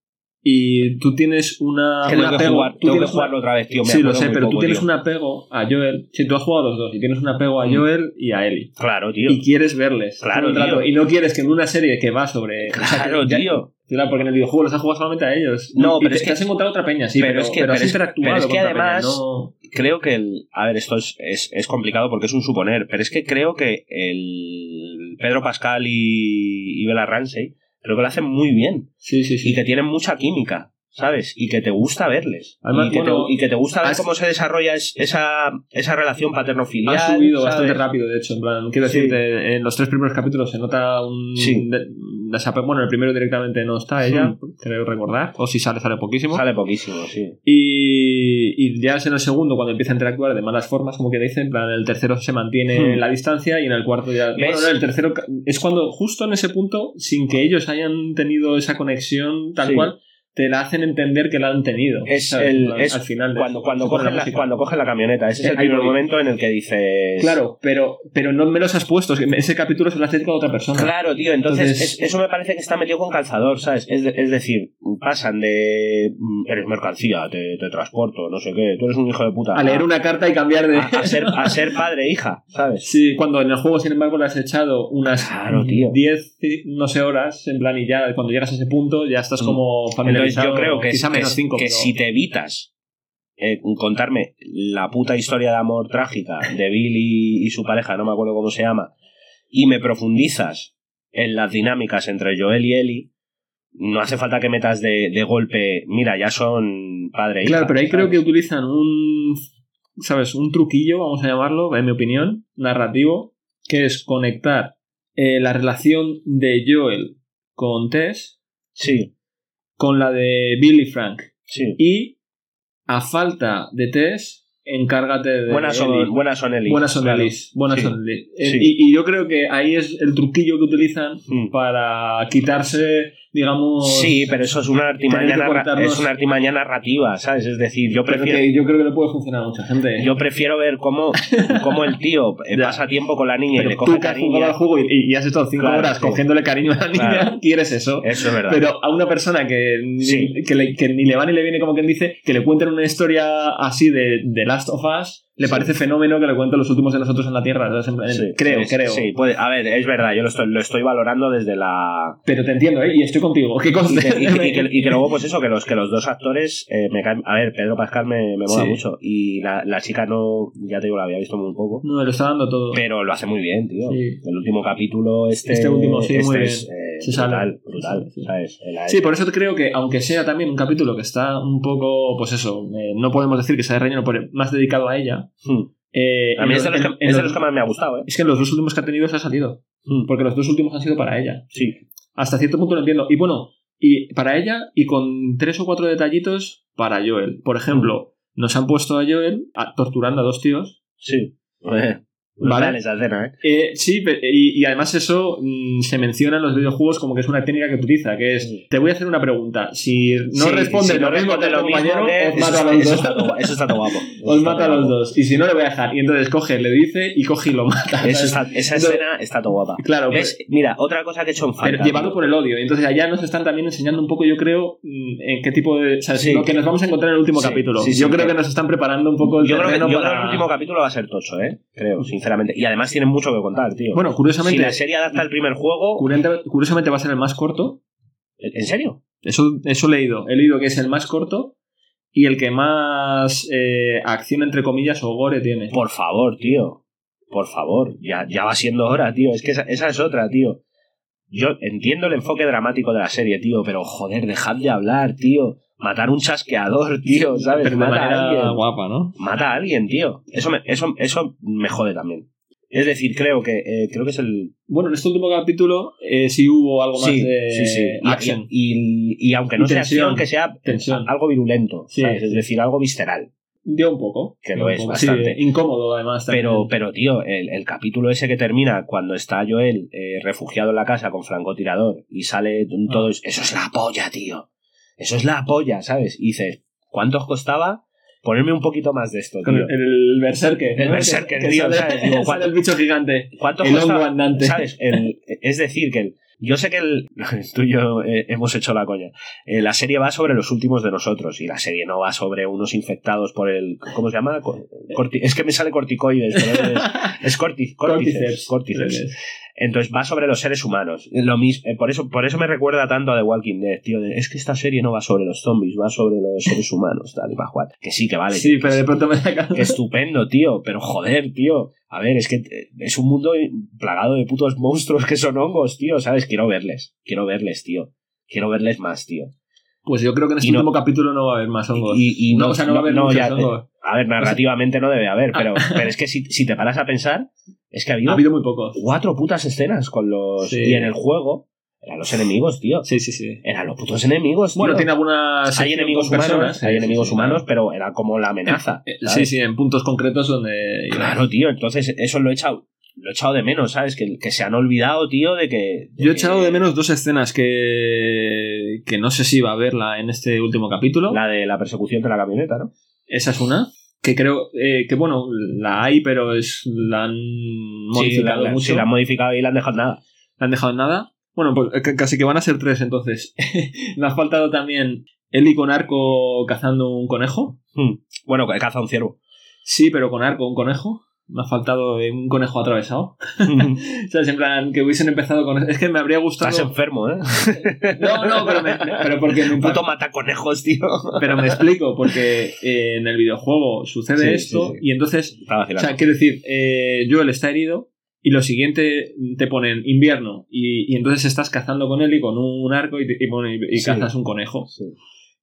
y tú tienes una.
Que
un
tengo que,
apego-
jugar-
tú
tengo que
tienes una-
jugarlo otra vez, tío. me
Sí, lo
acuerdo
sé,
muy
pero tú
poco,
tienes
tío.
un apego a Joel. Si tú has jugado a los dos y tienes un apego a
Mm.
Joel y a Ellie.
Claro, tío.
Y quieres verles.
Claro,
todo el rato,
tío.
Y no quieres que en una serie que va sobre. o sea,
Claro,
que-
tío.
Claro, porque en el videojuego los has jugado solamente a ellos.
No,
Y
pero
te,
es que-
te has encontrado otra peña, sí,
pero
pero,
es que-
pero has
pero es-
interactuado
pero es que
con otra peña,
además-
no-
Creo que el. A ver, esto es, es, es complicado porque es un suponer, pero es que creo que el. Pedro Pascal y, y Bella Ramsey, creo que lo hacen muy bien.
Sí, sí, sí.
y que tienen mucha química, ¿sabes? Y que te gusta verles.
Además,
y, que
bueno,
te, y que te gusta ver
has-
cómo se desarrolla es- esa, esa relación paterno-filial.
Ha subido
¿sabes?
bastante rápido, de hecho. En plan, quiero
Sí.
decirte, en los tres primeros capítulos se nota un
Sí.
de- desape- Bueno, en el primero directamente no está ella, creo recordar. O si sale, sale poquísimo.
Sale poquísimo, sí.
Y, y ya es en el segundo cuando empieza a interactuar de malas formas, como que dicen. En plan, en el tercero se mantiene
Hmm.
la distancia y en el cuarto ya. Bueno,
¿Ves?
no, el tercero ca- es cuando, justo en ese punto, sin que ellos hayan tenido esa conexión tal
Sí.
cual, te la hacen entender que la han tenido.
Es
¿sabes?
el-
En plan,
es
al final. de-
Cuando, cuando,
se pone
cogen la,
música.
cuando cogen la camioneta, ese es
Eh,
el
ahí
primer
voy.
momento en el que dices.
Claro, pero, pero no me los has puesto. es que Ese capítulo se lo has dedicado a otra persona.
Claro, tío, entonces,
Entonces-
es- eso me parece que está metido con calzador, ¿sabes? Es, de- es decir, pasan de. mm, Eres mercancía, te, te transporto, no sé qué, tú eres un hijo de puta.
A leer una carta y cambiar de.
a, a ser, a ser padre, e hija, ¿sabes?
Sí, cuando en el juego, sin embargo, le has echado unas
Claro, tío.
10, no sé, horas, en plan, y ya cuando llegas a ese punto, ya estás como
Mm. Entonces
familiarizado.
yo creo que,
quizá
que-
menos 5,
que si te evitas eh, contarme la puta historia de amor trágica de Bill y, y su pareja, no me acuerdo cómo se llama, y me profundizas en las dinámicas entre Joel y Ellie, no hace falta que metas de, de golpe, mira, ya son padre e hija.
Claro, pero ahí creo que
¿sabes?
utilizan un. ¿Sabes? Un truquillo, vamos a llamarlo, en mi opinión, narrativo, que es conectar eh, la relación de Joel con Tess
Sí,
con la de Billy Frank.
sí.
Y a falta de test, encárgate de.
Buenas
Eli.
son, buenas son Ellie.
Buenas son
claro.
Elis, Buenas
Sí.
son Elis. Eh,
Sí.
Y, y yo creo que ahí es el truquillo que utilizan
Mm.
para quitarse, digamos.
Sí, pero eso es una artimaña,
Tener que
narra-
contarnos-
es una artimaña narrativa, ¿sabes? Es decir, yo
pero
prefiero...
que yo creo que le puede funcionar a mucha gente.
Yo prefiero ver cómo, cómo el tío eh,
Ya.
pasa tiempo con la niña
pero
y le
tú
coge
que has
cariño.
jugado al juego y, y has estado 5
Claro,
horas
sí.
cogiéndole cariño a la niña,
Claro.
quieres eso.
Eso es verdad.
Pero a una persona que, ni-
Sí.
que, le- que ni le va ni le viene, como quien dice, que le cuenten una historia así de, de Last of Us, le
Sí.
parece fenómeno que le cuenten los últimos de nosotros en la Tierra. ¿sabes? En plan,
Sí,
creo,
sí,
creo.
Sí, puede- a ver, es verdad, yo lo estoy, lo estoy valorando desde la.
Pero te entiendo, ¿eh? Y estoy contigo. ¿Qué
Y
conste?
que, y que- y que- y que luego, pues eso, que los, que los dos actores eh, me caen. A ver, Pedro Pascal me, me mola
Sí.
mucho. Y la, la chica no. Ya te digo, la había visto muy poco.
No, lo está dando todo.
Pero lo hace muy bien, tío.
Sí.
El último capítulo, este.
Este último, sí, muy
es,
bien.
eh,
Se sale.
brutal, brutal.
Sí, sí.
¿sabes? El-
Sí, por eso creo que, aunque sea también un capítulo que está un poco, pues eso, eh, no podemos decir que sea de relleno, pero más dedicado a ella.
Hmm.
eh,
A mí
en
es de,
los-
los que,
en- en
es de
los-
los que más me ha gustado, ¿eh?
es que en los dos últimos que ha tenido se ha salido.
Hmm.
Porque los dos últimos han sido para ella.
Sí.
Hasta cierto punto lo entiendo. Y bueno, y para ella y con tres o cuatro detallitos para Joel. Por ejemplo, nos han puesto a Joel a- torturando a dos tíos.
Sí. Eh,
Vale.
brutal esa escena, ¿eh?
Eh, sí, pe- y, y además eso mm, se menciona en los videojuegos como que es una técnica que utiliza, que es,
Sí.
te voy a hacer una pregunta. Si no
Sí,
respondes
si no
lo mismo
responde
que el
lo mismo
compañero,
que-
os
eso
mato
está-
a los
eso
dos.
está todo guapo, Eso está todo guapo. Eso
Os
está
mata a
todo
los
guapo.
dos. Y si no, le voy a dejar. Y entonces coge, le dice y coge y lo mata.
Eso está- esa
Entonces-
escena está todo guapa.
Claro, pues,
¿Ves? Mira, otra cosa que he hecho en falta.
Pero llevado por el odio. Y Entonces allá nos están también enseñando un poco, yo creo, mm, en qué tipo de... O sea,
Sí.
lo que nos vamos a encontrar en el último
Sí,
capítulo.
sí, sí,
yo creo
claro.
que nos están preparando un poco el
yo creo, que,
terreno
yo creo
para...
que el último capítulo va a ser tocho, ¿eh? Creo, sinceramente. Y además tienen mucho que contar, tío.
Bueno,
si
curiosamente,
la serie adapta el primer juego...
curiosa- curiosamente va a ser el más corto.
¿En serio?
Eso, eso he leído. He leído que es el más corto y el que más eh, acción, entre comillas, o gore tiene.
Por favor, tío. Por favor. Ya, ya va siendo hora, tío. Es que esa, esa es otra, tío. Yo entiendo el enfoque dramático de la serie, tío, pero joder, dejad de hablar, tío. Matar un chasqueador, tío, ¿sabes?
Pero de
Mata a alguien.
manera guapa, ¿no?
mata a alguien, tío. Eso me, eso, eso me jode también. Es decir, creo que eh, creo que es el.
Bueno, en este último capítulo eh, sí hubo algo más
Sí,
de
sí, sí. Y-
acción.
Y, y aunque no
Y
sea
tensión.
acción, que sea
Tensión.
algo virulento.
Sí,
¿sabes? Es
sí.
decir, algo visceral.
Dio un poco.
Que
Dio
lo
un
es,
poco.
bastante.
Sí, incómodo, además. también.
Pero, pero tío, el, el capítulo ese que termina cuando está Joel eh, refugiado en la casa con francotirador y sale
Ah.
todo. Eso es la polla, tío. Eso es la polla, ¿sabes? Y dices, ¿cuánto os costaba ponerme un poquito más de esto,
Con
tío?
el, el Berserker.
El
¿no?
Berserker,
que, que
tío,
sale-
¿sabes? Digo,
sale
¿cuál-
el bicho gigante.
¿Cuánto
El hongo
costaba-
andante.
¿Sabes? El- es decir, que el- yo sé que el, tú y yo eh, hemos hecho la coña. Eh, la serie va sobre los últimos de nosotros y la serie no va sobre unos infectados por el. ¿Cómo se llama? Co- corti- es que me sale corticoides, pero es, es corti- corticeps.
Corticeps.
corticeps.
creo que es.
Entonces va sobre los seres humanos. Lo mismo, eh, por, eso, por eso me recuerda tanto a The Walking Dead, tío. de, es que esta serie no va sobre los zombies, va sobre los seres humanos, tal y pa' cual. Que sí, que vale.
Sí,
que
pero de pronto me saca.
Qué estupendo, tío. Pero joder, tío. A ver, es que eh, es un mundo plagado de putos monstruos que son hongos, tío. ¿Sabes? Quiero verles. Quiero verles, tío. Quiero verles más, tío.
Pues yo creo que en este
Y no-
último capítulo no va a haber más hongos.
Y, y
no, o sea, no, va a haber muchos
ya,
hongos.
eh, A ver, narrativamente no debe haber, pero, pero es que si, si te paras a pensar, es que ha habido,
Ha habido muy pocos.
cuatro putas escenas con los.
Sí.
Y en el juego, eran los enemigos, tío.
Sí, sí, sí.
Eran los putos enemigos, tío.
Bueno, tiene algunas.
hay enemigos
con
humanos,
personas, sí,
hay
sí,
enemigos
sí,
humanos, pero era como la amenaza.
Eh,
¿sabes?
Sí, sí, en puntos concretos donde.
Claro, tío, entonces eso lo he echado, lo he echado de menos, ¿sabes? Que, que se han olvidado, tío, de que. de
Yo he
que-
echado de menos dos escenas que, que no sé si va a verla en este último capítulo.
La de la persecución de la camioneta, ¿no?
Esa es una. Que creo eh, que, bueno, la hay, pero es la han modificado
sí, la,
mucho.
sí, la han modificado y la han dejado nada.
¿La han dejado en nada? Bueno, pues eh, ca- casi que van a ser tres entonces. Nos ha faltado también Eli con arco cazando un conejo.
Hmm. Bueno, que caza un ciervo.
Sí, pero con arco, un conejo. Me ha faltado eh, un conejo atravesado. O sea, es en plan que hubiesen empezado con... Es que me habría
Estás
gustado...
enfermo, ¿eh?
No, no, pero, me- pero porque me impactó.
Puto mata conejos, tío.
Pero me explico, porque eh, en el videojuego sucede
Sí,
esto
sí, sí.
y entonces
Está
O
vacilando.
sea, quiero decir, eh, Joel está herido y lo siguiente te ponen invierno y, y entonces estás cazando con él y con un arco y, te- y bueno, y- y
Sí.
cazas un conejo.
Sí.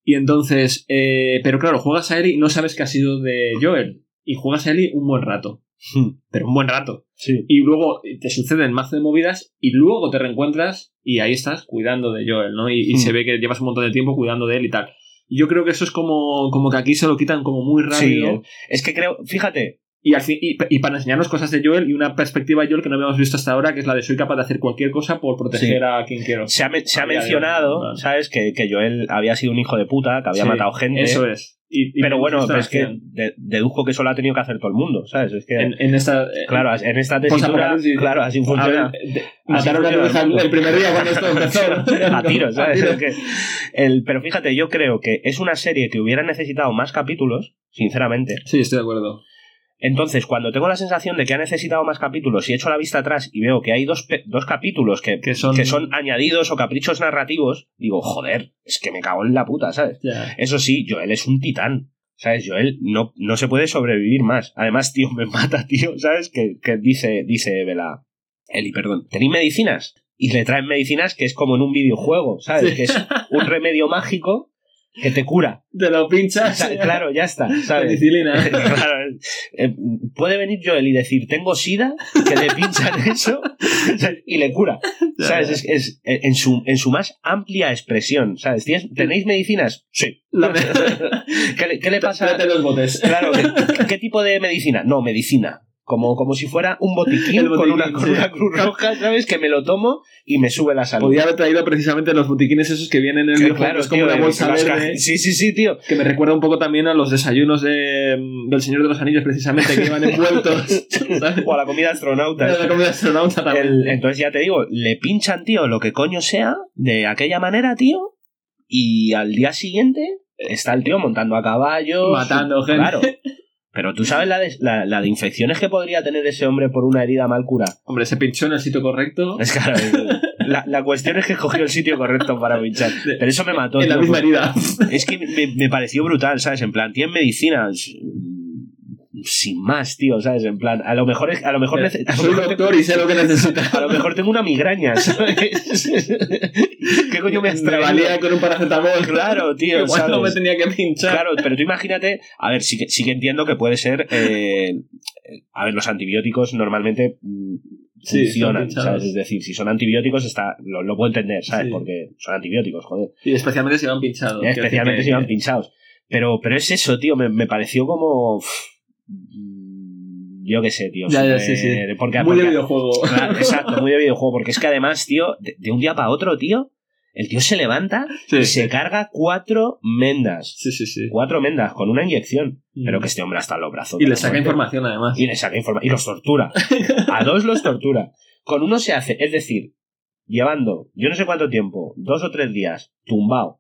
Y entonces, eh, pero claro, juegas a Eli y no sabes que ha sido de Joel. Y juegas a Eli un buen rato,
Hmm.
pero un buen rato.
Sí.
Y luego te suceden mazo de movidas y luego te reencuentras y ahí estás cuidando de Joel, ¿no? Y, y
Hmm.
se ve que llevas un montón de tiempo cuidando de él y tal. Y yo creo que eso es como, como que aquí se lo quitan como muy
Sí, eh.
rápido.
es que creo, fíjate,
Y, al fin- y, y para enseñarnos cosas de Joel y una perspectiva de Joel que no habíamos visto hasta ahora, que es la de soy capaz de hacer cualquier cosa por proteger
Sí.
a quien quiero.
se ha, men- se ha
Ah, ya, ya,
mencionado,
vale.
¿sabes? Que, que Joel había sido un hijo de puta, que había
Sí,
matado gente.
Eso es. Y- y
eh, Pero
me
bueno,
gusta
pero es que
en-
de- deduzco que eso lo ha tenido que hacer todo el mundo, ¿sabes? Es que
En, en esta. eh,
Claro, as- en esta tesitura,
Posapocalipsis.
claro, así
a ver,
funciona.
de- mataron a tu
funciona
hija
el mundo.
el primer día cuando esto empezó.
A tiros, ¿sabes?
A tiros.
Es que el- pero fíjate, yo creo que es una serie que hubiera necesitado más capítulos, sinceramente.
Sí, estoy de acuerdo.
Entonces, cuando tengo la sensación de que ha necesitado más capítulos y echo la vista atrás y veo que hay dos, pe- dos capítulos que,
Que son-
que son añadidos o caprichos narrativos, digo, joder, es que me cago en la puta, ¿sabes?
Ya.
Eso sí, Joel es un titán. ¿Sabes? Joel no, no se puede sobrevivir más. Además, tío, me mata, tío. ¿Sabes? Que, que dice, dice Vela. Eli, perdón. ¿Tenéis medicinas? Y le traen medicinas que es como en un videojuego, ¿sabes?
Sí.
Que es un remedio mágico que te cura.
Te lo pinchas.
Sa- Claro, ya está, ¿sabes?
Penicilina.
Claro, eh, puede venir Joel y decir, tengo sida, que le pinchan eso y le cura. ¿Sabes? Es, es- en, su, en su más amplia expresión, ¿sabes? ¿Tienes- ¿Tenéis medicinas? Sí.
La me-
¿Qué, le- qué le pasa?
Tráete los botes.
Claro, ¿qué, qué tipo de medicina? No, medicina. Como, como si fuera un botiquín,
El
con,
botiquín,
una, con
sí.
una cruz roja, ¿sabes? Que me lo tomo y me sube la salud.
Podía haber traído precisamente los botiquines esos que vienen en el
Que,
videojuego, es como
tío,
una bolsa
las
verde.
cajas- Sí, sí, sí, tío.
Que me recuerda un poco también a los desayunos de, mm, del Señor de los Anillos, precisamente, que iban envueltos. ¿sabes?
O a la comida astronauta.
La comida astronauta también.
El- entonces ya te digo, le pinchan, tío, lo que coño sea, de aquella manera, tío, y al día siguiente está el tío montando a caballo.
Matando gente.
Claro. Pero tú sabes la de, la, la de infecciones que podría tener ese hombre por una herida mal curada.
Hombre, se pinchó en el sitio correcto.
Es que, claro, la, la cuestión es que cogió el sitio correcto para pinchar. Pero eso me mató.
en la
tío,
misma
porque-
herida.
Es que me, me pareció brutal, ¿sabes? En plan, tienen medicinas. Sin más, tío, ¿sabes? En plan, a lo mejor, es- a lo mejor, nece- a lo
Soy
mejor
doctor y sé lo que necesitas.
a lo mejor tengo una migraña, ¿sabes? ¿Qué coño me has
Me
traído?
valía con un paracetamol.
Claro, tío,
Igual no me
¿sabes?
tenía que pinchar.
Claro, pero tú imagínate, a ver, sí que, sí que entiendo que puede ser, eh, eh, a ver, los antibióticos normalmente mm,
Sí,
funcionan,
son pinchados.
¿sabes? Es decir, si son antibióticos está, lo, lo puedo entender, ¿sabes?
Sí.
Porque son antibióticos, joder,
Y especialmente si iban pinchados. Quiero
Eh, especialmente
decir
si
que-
van pinchados. Pero, pero es eso, tío, me, me pareció como... uff, mm, yo qué sé, tío.
Ya, ya, sí,
súper-
sí.
Porque,
Muy de
porque-
videojuego.
Claro, exacto, muy de videojuego. Porque es que además, tío, de, de un día para otro, tío, el tío se levanta
Sí,
y se carga cuatro mendas.
sí, sí. sí. Mm.
Cuatro mendas con una inyección. Pero que este hombre hasta los brazos.
Y
de
le
la
saca
muerte.
información además.
Y le saca información. Y los tortura. A dos los tortura. Con uno se hace, es decir, llevando yo no sé cuánto tiempo, dos o tres días, tumbado,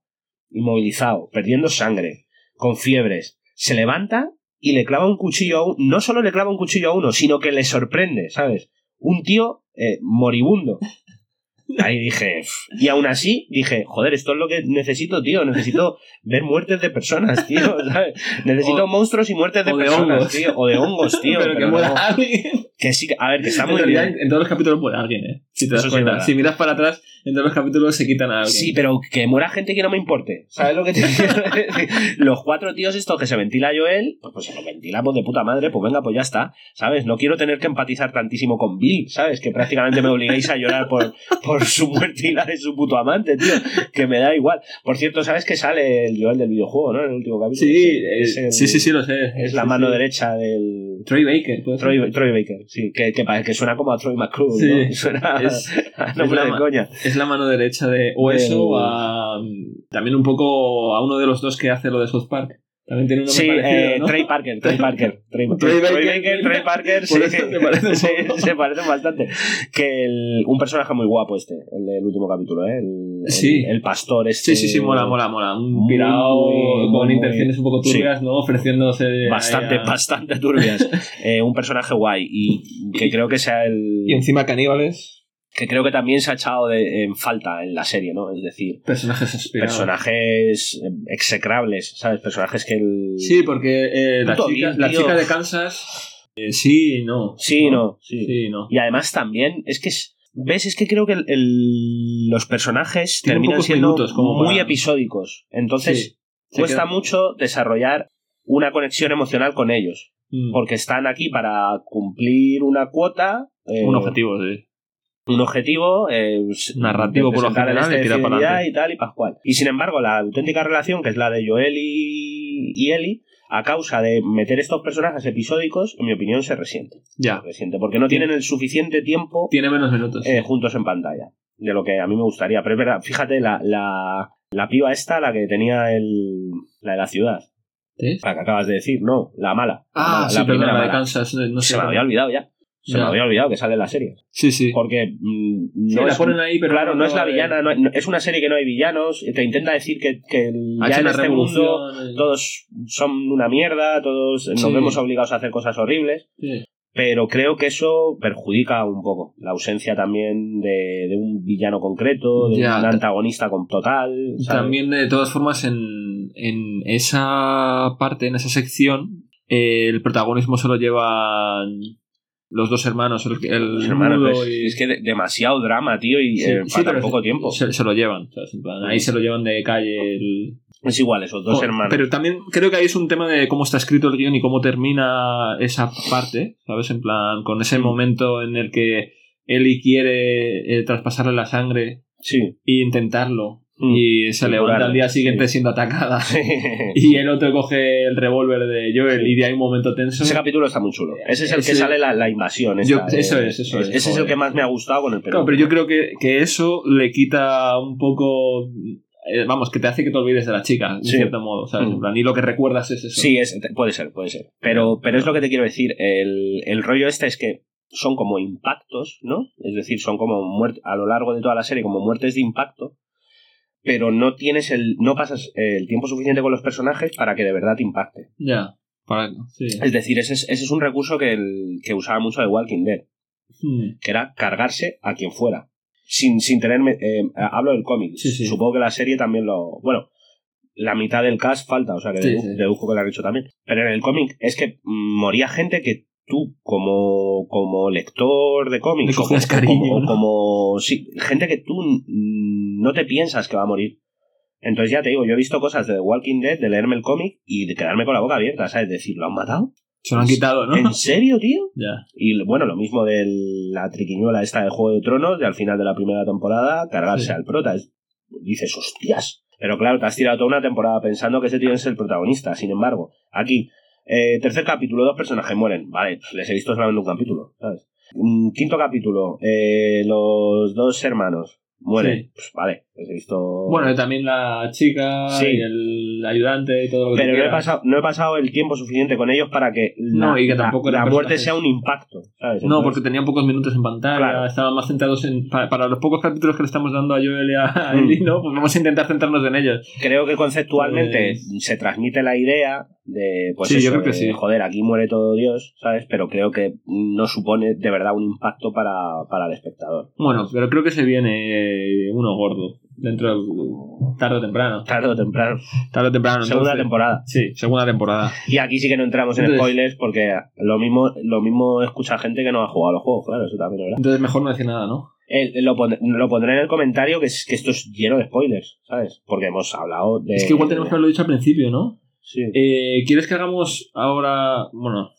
inmovilizado, perdiendo sangre, con fiebres, se levanta y le clava un cuchillo a uno. No solo le clava un cuchillo a uno, sino que le sorprende, ¿sabes? Un tío eh, moribundo. Ahí dije, "Pff". y aún así dije, joder, esto es lo que necesito, tío. Necesito ver muertes de personas, tío. ¿sabes? Necesito
O-
monstruos y muertes de
o de
personas,
hongos.
tío. O de hongos, tío.
pero, que
pero
muera
no.
alguien.
Que sí, a ver, que está
En
muy
realidad,
bien.
En todos los capítulos muere alguien, ¿eh? Si te das
Eso sí es
cuenta.
verdad.
si miras para atrás, en todos los capítulos se quitan a alguien.
Sí, pero que muera gente que no me importe. ¿Sabes lo que te quiero decir? Los cuatro tíos estos que se ventila Joel, pues, pues se lo ventila pues, de puta madre, pues venga, pues ya está. ¿Sabes? No quiero tener que empatizar tantísimo con Bill, ¿sabes? Que prácticamente me obliguéis a llorar por, por su muerte y la de su puto amante, tío. Que me da igual. Por cierto, ¿sabes que sale el Joel del videojuego, ¿no? En el último capítulo.
Sí,
Es
eh,
el-
sí, sí, sí, lo sé.
Es la
Sí,
mano
sí.
derecha del.
Troy Baker, puede ser.
Troy, Troy Baker, sí, que, que, pa- que suena como a Troy McClure, ¿no?
Sí.
Suena
Es-
a nombre
es la
de
ma-
coña.
Es la mano derecha de. O
Del-
eso, o a. mm, También un poco a uno de los dos que hace lo de South Park. También tiene un nombre
Sí,
parecido,
eh,
¿no?
Trey Parker, Trey Parker, Trey,
Trey
Trey
Baker,
Baker, Trey Parker,
Por
sí,
eso se parece un
sí,
poco.
se parecen bastante. Que el- un personaje muy guapo este, el del último capítulo, ¿eh? El, el-
Sí.
el pastor este.
Sí, sí, sí, mola, mola, mola. Un
Muy,
pirado
muy,
con
muy-
intenciones un poco
sí.
turbias, ¿no? Ofreciéndose.
Bastante,
ahí a-
bastante turbias. Eh, un personaje guay y que creo que sea el.
Y encima caníbales.
Que creo que también se ha echado de- en falta en la serie, ¿no? Es decir,
Personajes aspirados.
personajes eh, execrables, ¿sabes? Personajes que el.
Sí, porque eh, la,
Puto
chica,
Bill,
la
tío.
chica de Kansas. eh, sí, y no.
Sí, no, sí.
Sí, no.
Y además también, es que es- ¿Ves? Es que creo que el- el- los personajes
Tienen
terminan
pocos
siendo
minutos como
muy
para-
episódicos. Entonces,
Sí, se
cuesta
queda-
mucho desarrollar una conexión emocional con ellos.
Mm.
Porque están aquí para cumplir una cuota. eh,
Un objetivo, sí.
un objetivo eh,
Narrativo por
representar
lo
el
general
este
y
de
tirar para
fidelidad
adelante.
y tal y pascual y sin embargo la auténtica relación que es la de Joel y, y Ellie a causa de meter estos personajes episódicos en mi opinión se resiente
Ya.
resiente porque no tienen el suficiente tiempo
Tiene menos minutos.
eh, juntos en pantalla. De lo que a mí me gustaría. Pero es verdad, fíjate, la, la, la piba esta, la que tenía el, la de la ciudad,
¿Eh?
la que acabas de decir, no, la mala.
Ah,
la,
sí,
la
perdón, la de
mala.
Kansas. eh, No sé
Se me
cómo.
había olvidado ya. Se
Ya.
me había olvidado que sale en la serie.
Sí, sí.
Porque mm, no
Sí, la
es,
ponen ahí, pero eh,
claro, no es la
de-
villana, no hay- no- es una serie que no hay villanos, te intenta decir que, que el-
Ha
ya
hecho
en
una
este
revolución.
mundo
eh,
todos son una mierda, todos
Sí.
nos vemos obligados a hacer cosas horribles
sí.
pero creo que eso perjudica un poco la ausencia también de, de un villano concreto, de
Ya,
un
ta-
antagonista con total. ¿sabes?
También, de todas formas, en, en esa parte, en esa sección, eh, el protagonismo se lo llevan los dos hermanos, el, el
Los hermanos,
mudo
pues,
y-
es que de- demasiado drama, tío, y
Sí,
eh,
sí,
para tan
pero
poco
se-
tiempo.
Se, se lo llevan. ¿sabes? En plan, ahí se lo llevan de calle el,
Es igual eso, dos
O-
hermanos.
Pero también creo que ahí es un tema de cómo está escrito el guión y cómo termina esa parte, ¿sabes? En plan, con
Mm.
ese momento en el que Eli quiere eh, traspasarle la sangre
Sí.
e intentarlo.
Mm.
Y se
Y
levanta al día
curarle,
siguiente
sí.
siendo atacada. Y el otro coge el revólver de Joel
Sí.
y de ahí un momento tenso.
Ese capítulo está muy chulo. Ese es el que
Ese-
sale la, la invasión.
Yo-
esta de-
eso es, eso es,
Ese es el
joder.
que más me ha gustado con el Perú.
Claro, pero yo creo que, que eso le quita un poco. eh, vamos, que te hace que te olvides de la chica, de
Sí.
cierto modo, ¿sabes?
Mm.
En plan, y lo que recuerdas es eso.
Sí, es- puede ser, puede ser. Pero, pero es lo que te quiero decir. El, el rollo este es que son como impactos, ¿no? Es decir, son como muertes a lo largo de toda la serie, como muertes de impacto. Pero no tienes el. no pasas el tiempo suficiente con los personajes para que de verdad te impacte.
Ya. Para, sí.
Es decir, ese es, ese es un recurso que, el- que usaba mucho de Walking Dead,
Hmm.
que era cargarse a quien fuera. Sin, sin tener. eh, hablo del cómic.
Sí, sí.
Supongo que la serie también lo. Bueno, la mitad del cast falta, o sea que
Sí,
dedu-
sí.
deduzco que lo han hecho también. Pero en el cómic es que mm, moría gente que tú, como, como lector de cómics,
Le
o
cogías
como-
cariño,
como,
¿no?
como- sí, gente que tú mm, no te piensas que va a morir. Entonces ya te digo, yo he visto cosas de The Walking Dead, de leerme el cómic y de quedarme con la boca abierta, ¿sabes? Decir, ¿lo han matado?
Se lo han quitado, ¿no?
¿En serio, tío?
Ya.
Y bueno, lo mismo de la triquiñuela esta de Juego de Tronos, de al final de la primera temporada, cargarse
Sí.
al prota. Es- dices, hostias. Pero claro, te has tirado toda una temporada pensando que ese tío es el protagonista. Sin embargo, aquí, eh, tercer capítulo, dos personajes mueren. Vale, pues les he visto solamente un capítulo, ¿sabes? Mm, Quinto capítulo, eh, los dos hermanos mueren.
Sí.
Pues vale, les he visto.
Bueno, y también la chica
Sí.
y el ayudante y todo lo que
pero
tú
no he,
quieras.
pasado, no he pasado el tiempo suficiente con ellos para que la,
No, y que
la-
tampoco
la
eran
muerte
personajes.
sea un impacto, ¿sabes?
No,
Entonces-
porque tenían pocos minutos en pantalla,
Claro.
estaban más centrados en... pa- Para, los pocos capítulos que le estamos dando a Joel y a
Mm.
Eli, ¿no? Pues vamos a intentar centrarnos en ellos.
creo que conceptualmente
Pues-
se transmite la idea de pues
Sí, yo
eso,
creo que
de,
sí.
joder, aquí muere todo Dios, ¿sabes? Pero creo que no supone de verdad un impacto para, para el espectador.
Bueno, pero creo que se viene eh, uno gordo, dentro de- tarde o temprano.
Tarde o temprano.
Tarde o temprano,
Segunda
entonces-
temporada.
Sí, segunda temporada.
Y aquí sí que no entramos en
Entonces-
spoilers porque lo mismo, lo mismo escucha gente que no ha jugado a los juegos, claro, eso también es verdad.
Entonces mejor no decir nada, ¿no?
Eh, lo, pon- lo pondré en el comentario que, es, que esto es lleno de spoilers, ¿sabes? Porque hemos hablado de...
es que igual tenemos que haberlo dicho al principio, ¿no?
Sí.
Eh, ¿Quieres que hagamos ahora...? Bueno...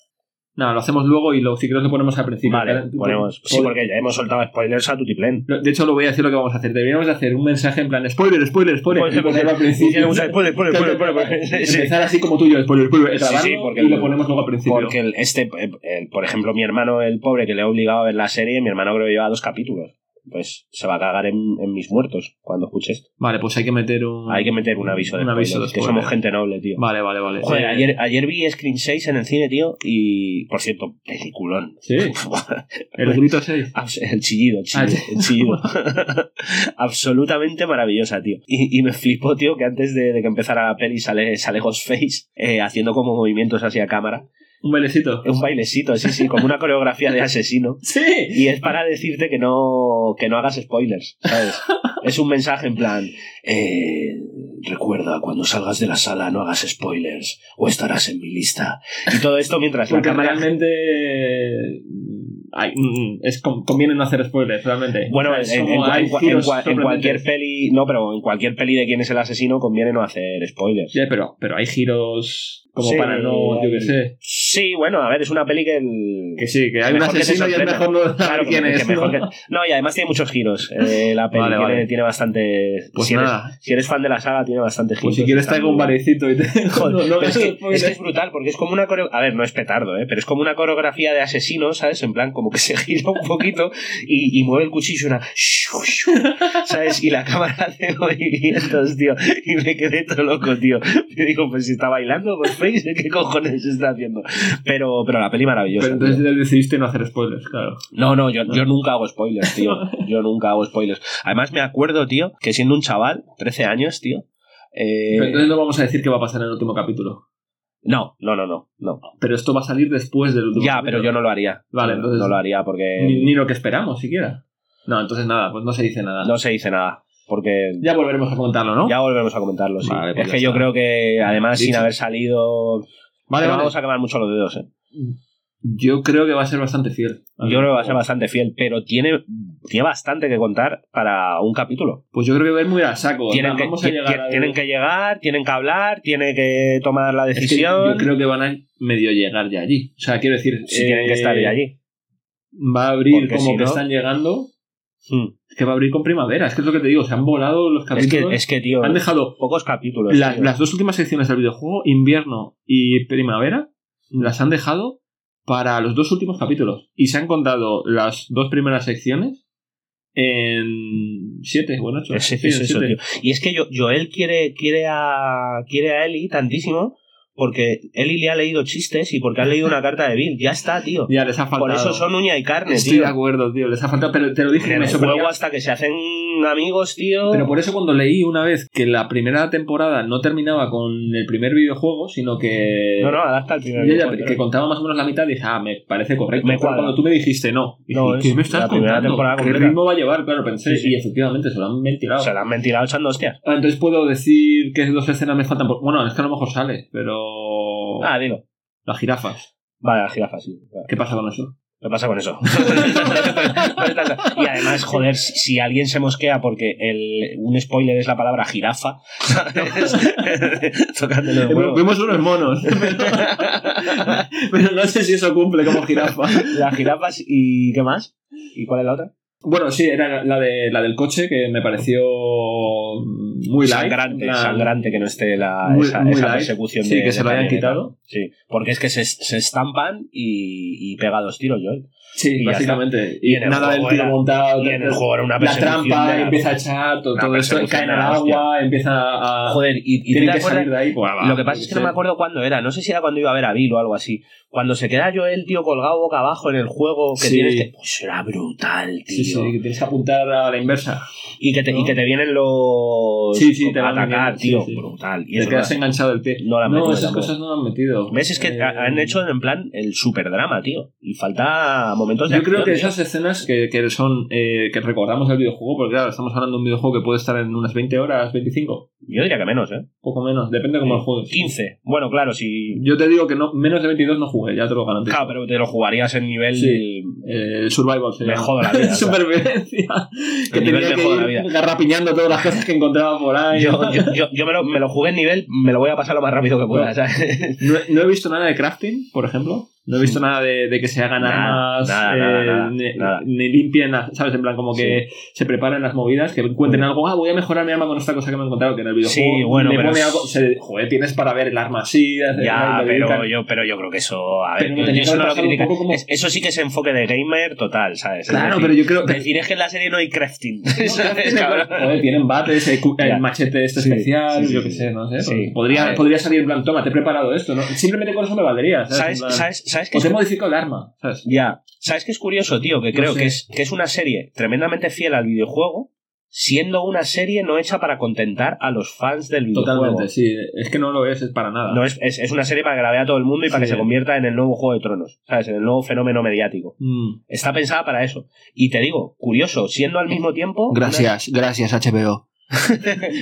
Nada, lo hacemos luego y lo, si quieres lo ponemos al principio.
Vale,
Ahora-
ponemos... Sí, porque ya hemos soltado spoilers a tutiplén.
Lo- De hecho, lo voy a decir lo que vamos a hacer. Deberíamos de hacer un mensaje en plan spoiler, spoiler, spoiler.
Spoiler,
y ponerlo al
spoiler.
principio.
Hicieron un spoiler, spoiler, spoiler, spoiler. Sí, sí.
Empezar así como tuyo, spoiler, spoiler.
Sí, sí,
Grabarlo
porque
y
el-
lo ponemos luego al principio.
Porque el- este, eh, el- por ejemplo, mi hermano, el pobre, que le he obligado a ver la serie, mi hermano creo que lleva dos capítulos. Pues se va a cagar en, en mis muertos cuando escuche esto.
Vale, pues hay que meter un.
Hay que meter un aviso de
un
spoilers,
aviso de
que
spoiler.
somos gente noble, tío.
Vale, vale, vale.
Joder,
Eh,
ayer, ayer vi Screen 6 en el cine, tío, y, por cierto, peliculón.
Sí. El grito 6.
Abs- El chillido, el
Ah,
chillido. el chillido. Absolutamente maravillosa, tío. Y, y me flipó, tío, que antes de, de que empezara la peli sale, sale Ghostface eh, haciendo como movimientos hacia cámara.
Un bailecito.
Un bailecito, sí, sí, como una coreografía de asesino.
Sí.
Y es para decirte que no, que no hagas spoilers, ¿sabes? Es un mensaje en plan, eh, recuerda, cuando salgas de la sala no hagas spoilers o estarás en mi lista. Y todo esto mientras la
Porque
cámara...
realmente. eh, hay- mm, es, con- conviene no hacer spoilers, realmente.
Bueno,
O sea,
en,
es
en-
como
en-
hay
en cua- en
giros
cua- en cualquier
sorprendentes.
peli, no, pero en cualquier peli de quién es el asesino conviene no hacer spoilers.
Ya, pero, pero hay giros como
Sí,
para no. Yo
hay-
qué sé.
Sí, bueno, a ver, es una peli que el...
Que sí, que hay un
Mejor que te
asesino y es
sorprenda.
mejor no saber
Claro, que-
quién
que
es.
mejor
¿no? Pues
que- No, y además tiene muchos giros. eh, la peli
Vale,
tiene,
vale.
tiene bastante.
Pues
si,
nada.
Eres, si eres fan de la saga, tiene bastante giros.
Pues si quieres
Está
traigo un
muy bien.
barecito y te...
Joder,
no, no
pero es,
hagas
que, es que
spoilers.
es brutal, porque es como una coreo- A ver, no es petardo, ¿eh? pero es como una coreografía de asesinos, ¿sabes? En plan, como que se gira un poquito y, y mueve el cuchillo y suena. shu, shu, ¿Sabes? Y la cámara hace movimientos, tío. Y me quedé todo loco, tío. Y digo, pues si está bailando, pues Face, ¿qué cojones está haciendo? Pero, pero la peli maravillosa.
Pero
tío. Eh.
entonces decidiste no hacer spoilers, claro.
No, no, yo, yo nunca hago spoilers, tío. Yo nunca hago spoilers. Además, me acuerdo, tío, que siendo un chaval, 13 años, tío. eh,
Pero entonces no vamos a decir qué va a pasar en el último capítulo.
no, no, no, no, no.
Pero esto va a salir después del último
Ya,
capítulo.
pero yo no lo haría.
Vale,
No,
entonces-
No lo haría porque
Ni, ni lo que esperamos siquiera. No, entonces nada, pues no se dice nada.
no se dice nada. Porque
Ya volveremos a contarlo, ¿no?
ya volveremos a comentarlo, sí.
Vale, pues
es
ya
que yo
está.
creo que, además, sin
Dicho.
haber salido...
Vale,
pero
vale.
vamos a quemar mucho los dedos, ¿eh?
Yo creo que va a ser bastante fiel.
Yo creo que va a ser bastante fiel, pero tiene, tiene bastante que contar para un capítulo.
Pues yo creo que va a ir muy al saco.
Tienen,
¿no?
que,
Pues Vamos a
ti-
llegar
ti-
al-
tienen que llegar, tienen que hablar, tienen que tomar la
Es que yo
decisión.
creo que van a medio llegar ya allí. O sea, quiero decir,
si
eh,
tienen que estar ya allí.
Va a abrir
Porque
como
si no-
que están llegando.
Hmm.
Es que va a abrir con primavera. Es que es lo que te digo. Se han volado los
Es que, Pues
capítulos.
es que, tío,
Han dejado
pocos capítulos.
la-
tío.
las dos últimas secciones del videojuego, invierno y primavera,
Hmm.
las han dejado para los dos últimos capítulos. Y se han contado las dos primeras secciones en siete, bueno, ocho.
Es, es
Sí, en
eso,
siete.
tío. Y es que yo, Joel quiere, quiere, a, quiere a Eli tantísimo porque Eli le ha leído chistes y porque ha leído una carta de Bill. Ya está, tío.
Ya les ha faltado.
Por eso son uña y carne,
Estoy
tío.
de acuerdo, tío. Les ha faltado, pero te lo dije.
En
me
el
sorprendió.
juego hasta que se hacen amigos, tío.
Pero pues, por eso cuando leí una vez que la primera temporada no terminaba con el primer videojuego, sino que...
No, no, adapta al primer
yo ya-
videojuego.
que contaba más o menos la mitad, dije, ah, me parece correcto.
Me
Pero
cuadra.
cuando tú me dijiste no, dije,
No, es
¿qué me estás
la primera
contando?
temporada
¿Qué
completa.
ritmo va a llevar? Claro, pensé,
Sí, sí.
y efectivamente se lo han ventilado.
O sea, la han ventilado echando hostias.
Ah, Entonces puedo decir que dos escenas me faltan. por- Bueno, es que a lo mejor sale, pero...
Ah, dilo.
Las jirafas.
Vale, la jirafa, sí. Vale.
¿Qué pasa con eso?
¿Qué pasa con eso? y además, joder, si, si alguien se mosquea porque el, un spoiler es la palabra jirafa, ¿sabes? Tocándole los huevos.
Vemos unos monos. pero no sé si eso cumple como jirafa.
Las jirafas y ¿qué más? ¿Y cuál es la otra?
Bueno, sí, era la, de, la del coche que me pareció muy light.
sangrante,
La-
sangrante que no esté la,
Muy-
esa,
muy
esa
light.
persecución
Sí,
de-
que
de
se lo hayan
camioneta.
quitado.
Sí, porque es que se, se estampan y, y pega dos tiros, Joel.
Sí,
Y ya
básicamente.
Y
Y,
en el
nada del
juego
tiro
era-
montado.
Y en el
tal-
juego era una
la
persecución
trampa
de la-
empieza a echar todo,
una
todo esto,
persecución
caen
de
al
la
agua, empieza a.
Joder, y, y tú
tienen
te
que
acuerdas-
salir de ahí. buah,
Lo que
va,
pasa es que
sé.
no me acuerdo cuándo era. No sé si era cuando iba a ver a Bill o algo así. Cuando se queda Joel, tío, colgado boca abajo en el juego que
Sí.
tienes que... Pues era brutal, tío.
Sí, sí, que tienes que apuntar a la inversa.
Y, que te, y
¿No?
que te vienen los...
Sí, sí,
como
te
a
van
atacar,
viniendo, sí,
tío.
sí.
Brutal. Y
Y
es
te quedas
verdad.
enganchado el pie.
No la han metido
esas
tampoco.
cosas no las han metido.
¿Ves? Es que
Eh,
ha- han hecho en plan el superdrama, tío. Y falta momentos de
Yo creo
acción,
que
tío.
esas escenas que, que son eh, que recordamos del videojuego, porque claro, estamos hablando de un videojuego que puede estar en unas 20 horas, 25,
Yo diría que menos, ¿eh?
poco menos, depende de cómo lo juegues.
15. Bueno, claro, si...
Yo te digo que no, menos de 22 no jugué, ya te lo garantizo.
Claro, pero te lo jugarías en nivel...
Sí. Eh, survival se
Me
llama.
jodo la vida, o sea.
Supervivencia. que
nivel me
tenía que
jodo la
ir
vida.
garrapiñando todas las cosas que encontraba por ahí.
Yo, yo, yo, yo me, lo, me lo jugué en nivel, me lo voy a pasar lo más rápido que pueda,
Bueno.
¿sabes?
No, he- no he visto nada de crafting, por ejemplo. No he visto nada de, de que se hagan
Hmm. Nada,
armas,
nada, nada,
eh,
nada,
ni,
nada.
ni limpien, las- ¿sabes? En plan, como que se preparen las movidas, que encuentren algo. Ah, voy a mejorar mi arma con esta cosa que me he encontrado, que en el videojuego.
Hmm. Sí, bueno,
le
pero
pone
es-
algo- se- joder, tienes para ver el arma así. hacer-
Ya,
le
pero
dedican-
yo, pero yo creo que eso. A ver,
Pero no tenía
eso
que
no lo
pasar un
critican.
poco como-
Es- Eso sí que es enfoque de gamer total, ¿sabes? Es
Claro,
decir,
pero yo creo.
Decir es que en la serie no hay crafting.
No,
¿sabes,
crafting,
cabrón?
joder, tienen bates, el, cu- el
Ya.
machete este
Sí,
especial,
sí, sí,
yo
sí.
qué sé, no sé.
Sí.
pues
A
Podría,
ver.
podría salir en plan, toma, te he preparado esto, ¿no? Simplemente con eso me valdría, ¿sabes?
¿Sabes,
En plan,
sabes, sabes que
O te he
es,
modificado el arma, ¿sabes?
ya, ¿sabes que es curioso, tío? Que
No
creo
sé.
que, es, que es una serie tremendamente fiel al videojuego, siendo una serie no hecha para contentar a los fans del videojuego.
Totalmente, sí. Es que no lo es, es para nada.
No, es, es, es una serie para que la vea todo el mundo y para
Sí.
que se convierta en el nuevo Juego de Tronos, ¿sabes? En el nuevo fenómeno mediático.
Mm.
Está pensada para eso. Y te digo, curioso, siendo al mismo tiempo... una-
gracias HBO.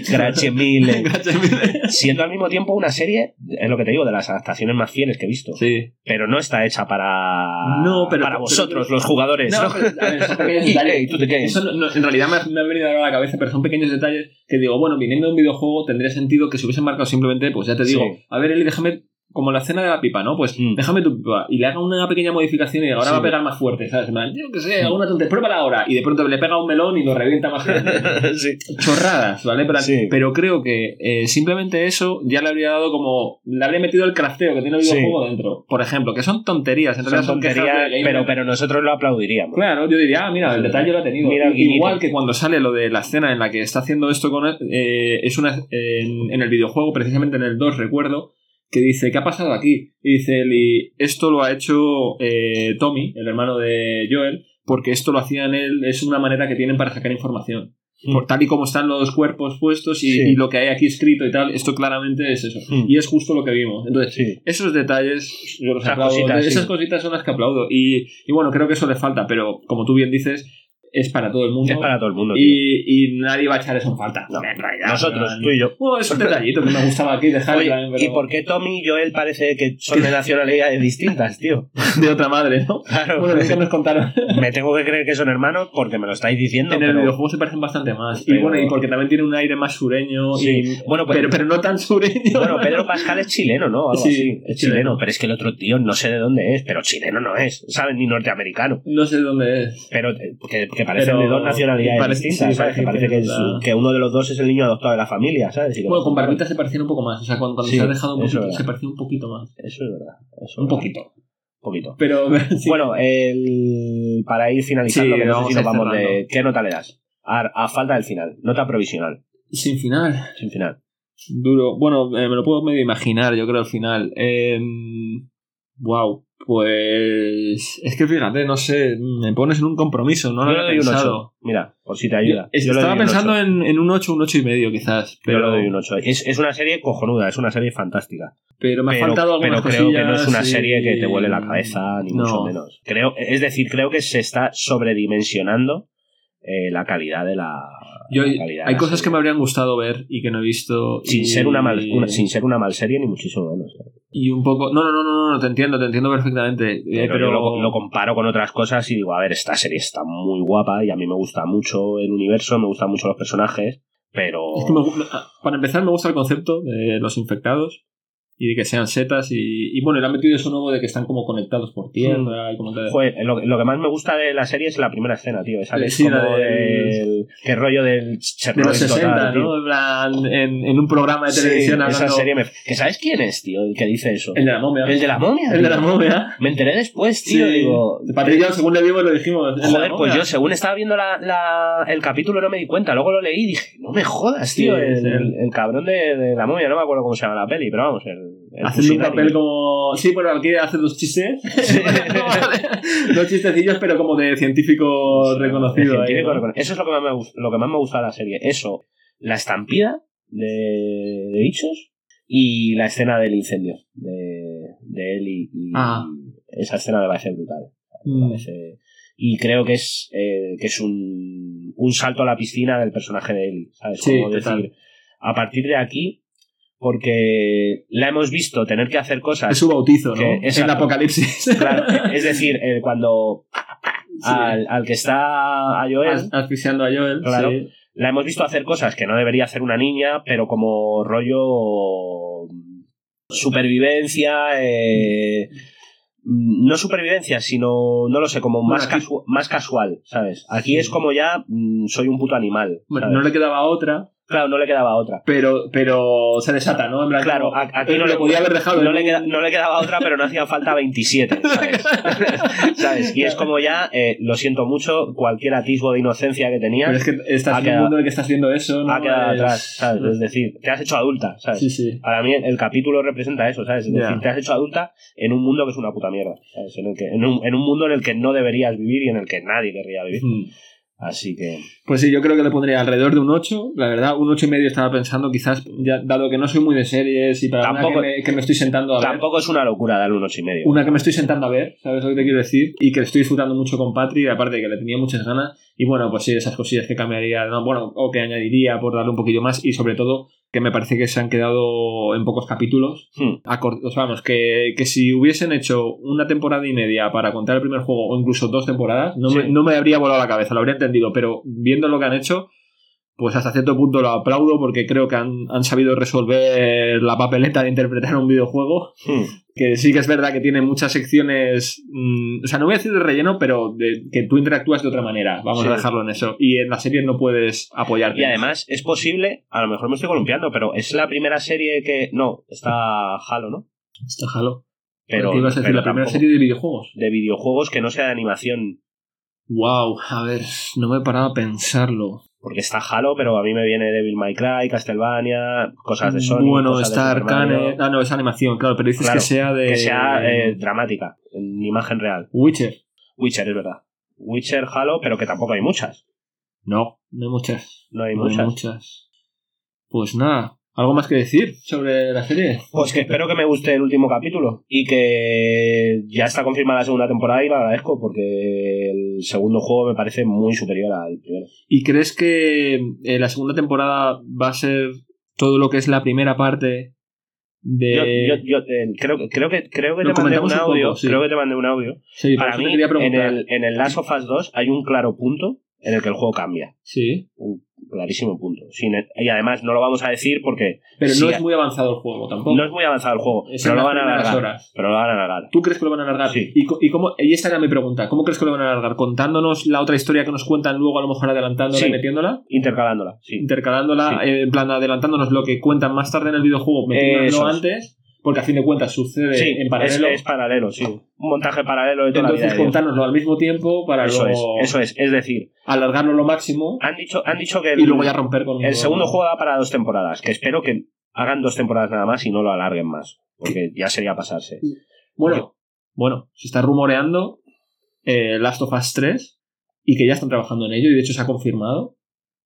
Gracias mille.
gracias, mil.
eh, siendo al mismo tiempo una serie, es lo que te digo, de las adaptaciones más fieles que he visto.
Sí.
Pero no está hecha para,
No, pero-
para
pero-
vosotros,
pero-
los jugadores.
No,
¿no?
pero, a ver, son pequeños
Y,
detalles.
ey, tú te quedes.
Eso no- no, en realidad me, me ha venido ahora a la cabeza, pero son pequeños detalles que digo, bueno, viniendo de un videojuego tendría sentido que se hubiesen marcado simplemente, pues ya te digo,
Sí.
a ver, Eli, déjame, como la cena de la pipa, ¿no? Pues
Mm.
déjame tu pipa y le haga una pequeña modificación y ahora
Sí. Mm.
va a pegar más fuerte, ¿sabes? En plan, yo qué sé, alguna tontería, pruébala ahora y de pronto le pega un melón y lo revienta más grande.
Sí.
chorradas, ¿vale? Pero,
Sí.
pero creo que eh, simplemente eso ya le habría dado como. Le habría metido el crafteo que tiene el
Sí.
videojuego dentro. Por ejemplo, que son tonterías. En
Son
realidad son
tonterías,
quejas de gamer.
pero, pero nosotros lo aplaudiríamos.
Claro, yo diría, ah, mira, el detalle lo ha tenido.
Mira el guiñito.
Igual que cuando sale lo de la escena en la que está haciendo esto con él, eh, es una, en, en el videojuego, precisamente en el 2, recuerdo, que dice, ¿qué ha pasado aquí? Y dice Eli, esto lo ha hecho eh, Tommy, el hermano de Joel, porque esto lo hacían él, es una manera que tienen para sacar información. Por tal y como están los cuerpos puestos y,
Mm. Sí.
y lo que hay aquí escrito y tal, esto claramente es eso.
Mm.
Y es justo lo que vimos. Entonces,
Sí.
esos detalles, yo los
Esas
aplaudo.
cositas,
Esas
sí.
cositas son las que aplaudo. Y, y bueno, creo que eso le falta, pero como tú bien dices, es para todo el mundo.
Es para todo el mundo, tío.
y, y nadie va a echar eso en falta.
No,
en realidad,
Nosotros,
en plan,
tú y yo.
"Oh, es un detallito que me gustaba aquí dejar.
Oye,
en plan, pero
¿y por qué Tommy y Joel parece que son de nacionalidades distintas, tío?
De otra madre, ¿no?
Claro.
Bueno, es que nos contaron.
Me tengo que creer que son hermanos porque me lo estáis diciendo.
en el
pero-
videojuego se parecen bastante más. Y
Pero-
bueno, y porque también tiene un aire más sureño.
Sí.
Y,
Bueno, pues-
pero, pero no tan sureño.
Bueno, Pedro Pascal es chileno, ¿no? Algo
Sí,
así. Es chileno,
chileno.
pero es que el otro tío no sé de dónde es, pero chileno no es, ¿sabes? Ni norteamericano.
No sé dónde es.
Pero eh, que, que parecen
Pero-
de dos nacionalidades
parece-
distintas,
sí,
¿sabes? Que parece
parece
que,
que
es-
no.
que uno de los dos es el niño adoptado de la familia, ¿sabes? Y que-
Bueno, con Barbita se parecían un poco más. O sea, cuando, cuando
Sí,
se ha dejado un
eso
poquito,
era.
se parecía un poquito más.
Eso es verdad. eso
Un
es verdad.
poquito.
Un poquito.
Pero sí.
Bueno, el- para ir finalizando,
Sí,
que no sé
vamos
si
a
nos
ir
vamos de...
cerrando.
¿Qué nota le das? A, a falta del final. Nota provisional,
sin final.
sin final.
Duro. Bueno, eh, me lo puedo medio imaginar, yo creo, al final. wow. Pues. Es que fíjate, no sé. Me pones en un compromiso, no lo
Yo
había
doy un
pensado.
8. Mira, por si te ayuda.
Es-
Yo le doy
estaba
un
pensando
ocho.
en, en un 8, un 8 y medio quizás.
Yo
Pero,
le doy un 8. Es, es una serie cojonuda, es una serie fantástica.
pero me ha
pero,
faltado algunas
pero creo que no es
cosillas
una
y-
serie que te vuele la cabeza, ni
No.
mucho menos. Creo, es decir, creo que se está sobredimensionando eh, la calidad de la.
Yo-
la calidad de
hay
la
cosas que
serie.
me habrían gustado ver y que no he visto.
Sin,
y-
ser una mal, una- sin ser una mal serie, ni muchísimo menos. eh.
Y un poco. No, no, no, no, no, te entiendo, te entiendo perfectamente. eh,
Pero,
Pero,
yo lo, lo comparo con otras cosas y digo, a ver, esta serie está muy guapa y a mí me gusta mucho el universo, me gustan mucho los personajes, pero.
es que me gu- me- para empezar, me gusta el concepto de los infectados y de que sean setas. Y, y bueno, le han metido eso nuevo de que están como conectados por tierra. Y como tal.
Joder, lo, lo que más me gusta de la serie es la primera escena, tío. Esa que es
Eh, Sí,
como
la del-
el- qué rollo del
de
Chernobyl
los 60,
total, tío.
¿no? En, plan, en, en un programa de
Sí,
televisión
esa
hablando.
serie me... ¿Que sabes quién es, tío, el que dice eso?
El de la momia.
El de la momia.
El de
tío.
la momia.
Me enteré después, tío.
Sí.
Digo, eh,
Patrick y yo, según le vimos, lo dijimos. el de la
joder, pues
momia.
yo según estaba viendo la, la- el capítulo no me di cuenta. Luego lo leí y dije, no me jodas,
Sí,
tío.
es
el,
él.
el cabrón de, de la momia, no me acuerdo cómo se llama la peli, pero vamos, el, el
Haciendo un
Fusilari.
papel como. Sí, bueno, aquí hace dos chistes.
Sí.
dos chistecillos, pero como de científico reconocido.
El
ahí,
científico
¿no?
reconocido. Eso es lo que, más me, gust- lo que más me gusta de la serie. Eso, la estampida de, de bichos y la escena del incendio de, de él y, y-
Ah.
esa escena me parece brutal.
Mm.
Parece- Eh, Y creo que es, eh, que es un, un salto a la piscina del personaje de Ellie. ¿Sabes?
Sí,
Como
total.
decir, a partir de aquí, porque la hemos visto tener que hacer
Es
cosas.
su bautizo, ¿no?
Que-
Es el
exacto.
apocalipsis.
Claro, es decir, eh, cuando al, al que está a Joel,
As- asfixiando a Joel.
Claro.
sí.
la hemos visto hacer cosas que no debería hacer una niña, pero como rollo mm, supervivencia, eh, mm, no supervivencia, sino, no lo sé, como
Bueno,
más,
aquí-
casu- más casual, ¿sabes? Aquí
Sí.
es como ya mm, soy un puto animal.
Bueno,
¿sabes?
no le quedaba otra,
Claro, no le quedaba otra.
pero, pero se desata, ¿no? En plan,
Claro,
como-
a- aquí
él
no
lo
le-
podía haber dejado.
No
en
le,
un-
queda- no le quedaba otra, pero no hacían falta 27, ¿sabes? ¿Sabes? Y es como ya, eh, lo siento mucho, cualquier atisbo de inocencia que tenías
Pero es que estás
Ha
en un
quedado-
mundo en el que estás viendo eso. ¿no?
ha quedado
Es-
atrás, ¿sabes? Es decir, te has hecho adulta, ¿sabes?
Sí, sí.
Para mí el capítulo representa eso, ¿sabes? Es
Ya.
decir, te has hecho adulta en un mundo que es una puta mierda, ¿sabes? En, el que, en, un, en un mundo en el que no deberías vivir y en el que nadie querría vivir.
Mm.
Así que...
Pues sí, yo creo que le pondría alrededor de un 8. La verdad, un 8 y medio estaba pensando, quizás, ya, dado que no soy muy de series y para
Tampoco-
una que me, que me estoy sentando a ver.
Tampoco es una locura darle un ocho y medio.
Una que me estoy sentando a ver, ¿sabes lo que te quiero decir? Y que estoy disfrutando mucho con Patri, y aparte que le tenía muchas ganas. Y bueno, pues sí, esas cosillas que cambiaría, no, bueno, o que añadiría por darle un poquillo más. Y sobre todo, que me parece que se han quedado en pocos capítulos.
Hmm.
Acor- o sea, vamos, que, que si hubiesen hecho una temporada y media para contar el primer juego, o incluso dos temporadas, no, me,
Sí.
no me habría volado la cabeza, lo habría entendido. Pero viendo lo que han hecho, pues hasta cierto punto lo aplaudo porque creo que han, han sabido resolver la papeleta de interpretar un videojuego
Hmm.
que sí que es verdad que tiene muchas secciones, mm, o sea, no voy a decir de relleno, pero de, que tú interactúas de otra manera, vamos
Sí.
a dejarlo en eso. Y en las series no puedes apoyarte.
Y además es posible, a lo mejor me estoy columpiando, pero es la primera serie que... No, está Halo, ¿no?
Está jalo.
Pero,
¿Qué ibas a decir?
pero
la primera
tampoco-
serie de videojuegos.
de videojuegos que no sea de animación.
Wow, a ver, no me he parado a pensarlo.
Porque está Halo, pero a mí me viene Devil May Cry, Castlevania, cosas de Sony.
bueno,
cosas de
está
Super Mario.
Arcane. Ah, no, es animación, claro, pero dices
Claro,
que sea de.
Que sea eh, dramática, en imagen real.
Witcher.
Witcher, es verdad. Witcher, Halo, pero que tampoco hay muchas.
No, no hay muchas.
No hay
No
muchas.
muchas. Pues nada, ¿Algo más que decir sobre la serie?
Pues que espero que me guste el último capítulo y que ya está confirmada la segunda temporada y lo agradezco porque el segundo juego me parece muy superior al primero.
¿Y crees que eh, la segunda temporada va a ser todo lo que es la primera parte
Yo,
de...
yo- yo, eh, creo, creo que, creo que
Lo
te mandé
comentamos
un
un poco,
audio.
sí.
Creo que te mandé un audio.
sí, por
Para
eso te
mí,
quería
en
preguntar.
el, en el Last of Us 2 hay un claro punto en el que el juego cambia.
Sí,
Un clarísimo punto. Sin- y además no lo vamos a decir porque
pero
Sí,
no
a-
es muy avanzado el juego tampoco.
no es muy avanzado el juego.
Es
Pero
en
lo
las
van a
primeras
alargar.
horas.
Pero lo van a alargar.
¿Tú crees que lo van a alargar?
Sí.
¿Y, co- y, cómo, y esta era mi pregunta. ¿Cómo crees que lo van a alargar? ¿Contándonos la otra historia que nos cuentan luego, a lo mejor adelantándola
Sí.
y metiéndola?
Intercalándola, sí.
Intercalándola,
Sí.
eh, en plan adelantándonos lo que cuentan más tarde en el videojuego, metiéndolo
Eso es.
antes, porque a fin de cuentas sucede
sí,
en paralelo.
Es, es paralelo, sí. Un montaje paralelo de toda
Entonces
la vida. de Dios.
contárnoslo al mismo tiempo para
Eso es,
luego
eso es. Es decir,
alargarlo lo máximo
han dicho, han dicho que el,
y luego ya romper con
el segundo juego da para dos temporadas, que espero que hagan dos temporadas nada más y no lo alarguen más, porque ya sería pasarse.
Bueno, bueno, se está rumoreando eh, Last of Us 3 y que ya están trabajando en ello y de hecho se ha confirmado.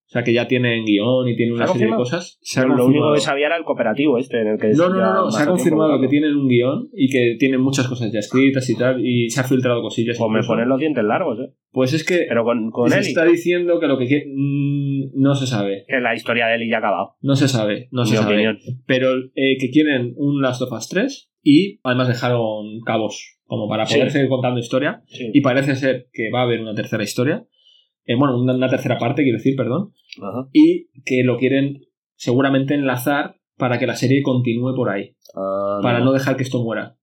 O sea que ya tienen guión y tienen
¿Se
una
ha
serie de
confirmado?
cosas. Se ha
Lo único
confirmado.
que sabía era el cooperativo este en el que
no,
ya
no, no, no,
más
se ha
tiempo
confirmado que
buscando.
tienen un guión y que tienen muchas cosas ya escritas y tal y se ha filtrado cosillas.
Pues me
incluso.
ponen los dientes largos, ¿eh?
Pues es que
Pero con, con
se
Eli,
está diciendo que lo que quiere... mm, no se sabe,
que la historia de Eli ya ha acabado,
no se sabe, no se
mi
sabe.
opinión.
pero eh, que quieren un Last of Us 3 y además dejaron cabos como para poder
Sí.
seguir contando historia
Sí.
y parece ser que va a haber una tercera historia, eh, bueno, una, una tercera parte quiero decir, perdón,
Ajá.
y que lo quieren seguramente enlazar para que la serie continúe por ahí,
Ah,
para
no.
no dejar que esto muera.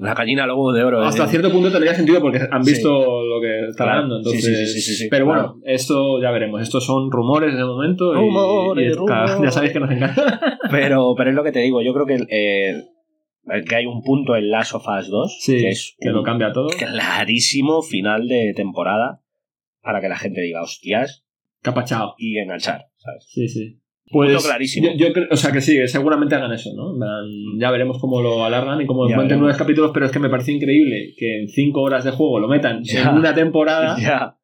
La gallina al huevo de oro. ¿eh?
Hasta cierto punto tendría sentido porque han
Sí.
visto lo que está
Claro.
hablando, entonces...
Sí, sí, sí, sí, sí, sí.
Pero bueno,
Claro.
esto ya veremos, estos son rumores de momento y- y,
Rumores,
cada- ya
rumores.
sabéis que nos encanta.
Pero, pero es lo que te digo, yo creo que, eh, que hay un punto en Last of Us 2
sí,
que es
que lo
un
cambia todo.
clarísimo final de temporada para que la gente diga hostias
Capachao.
y enganchar, ¿sabes?
Sí, sí.
Punto clarísimo.
Yo, yo creo, o sea que sí, seguramente hagan eso, ¿no? En plan, Ya veremos cómo lo alargan y cómo
Ya
encuentren
veremos.
nuevos capítulos, pero es que me parece increíble que en cinco horas de juego lo metan
Ya.
en una temporada
Ya,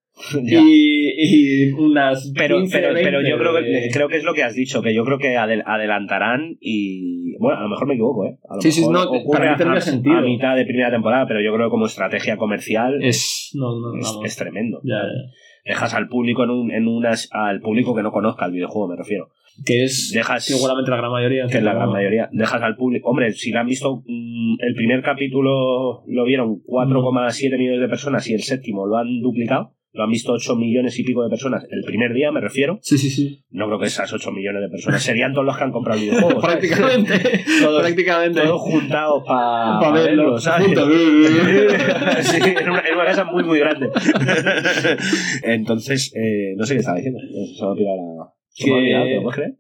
ya.
y, y unas.
Pero,
15,
pero, pero
20
yo creo que,
de-
creo que es lo que has dicho, que yo creo que adel- adelantarán y... Bueno, a lo mejor me equivoco, ¿eh? A lo
Sí, sí,
mejor
no, te-
ocurre
para mí tendría
a-
sentido.
A mitad de primera temporada, pero yo creo que como estrategia comercial es,
Es. No, no, vamos.
es tremendo.
Ya, ya.
Dejas al público en, un, en unas... al público que no conozca el videojuego, me refiero.
Que es.
Dejas-
seguramente la gran mayoría.
que es la gran
¿no?
mayoría, dejas al público. Hombre, si la han visto, mm, el primer capítulo lo vieron 4,7 millones de personas y el séptimo lo han duplicado. Lo han visto 8 millones y pico de personas el primer día, me refiero.
Sí, sí, sí.
No creo que esas 8 millones de personas serían todos los que han comprado el videojuego. ¿sabes?
prácticamente.
Todos-
prácticamente.
Todos juntados para
Pa' verlo,
¿sabes?
juntos.
Sí, en una, en una casa muy, muy grande. Entonces, eh, no sé qué estaba diciendo. Se me ha pirado la. se me ha
Que-
pirado, ¿te lo puedes creer?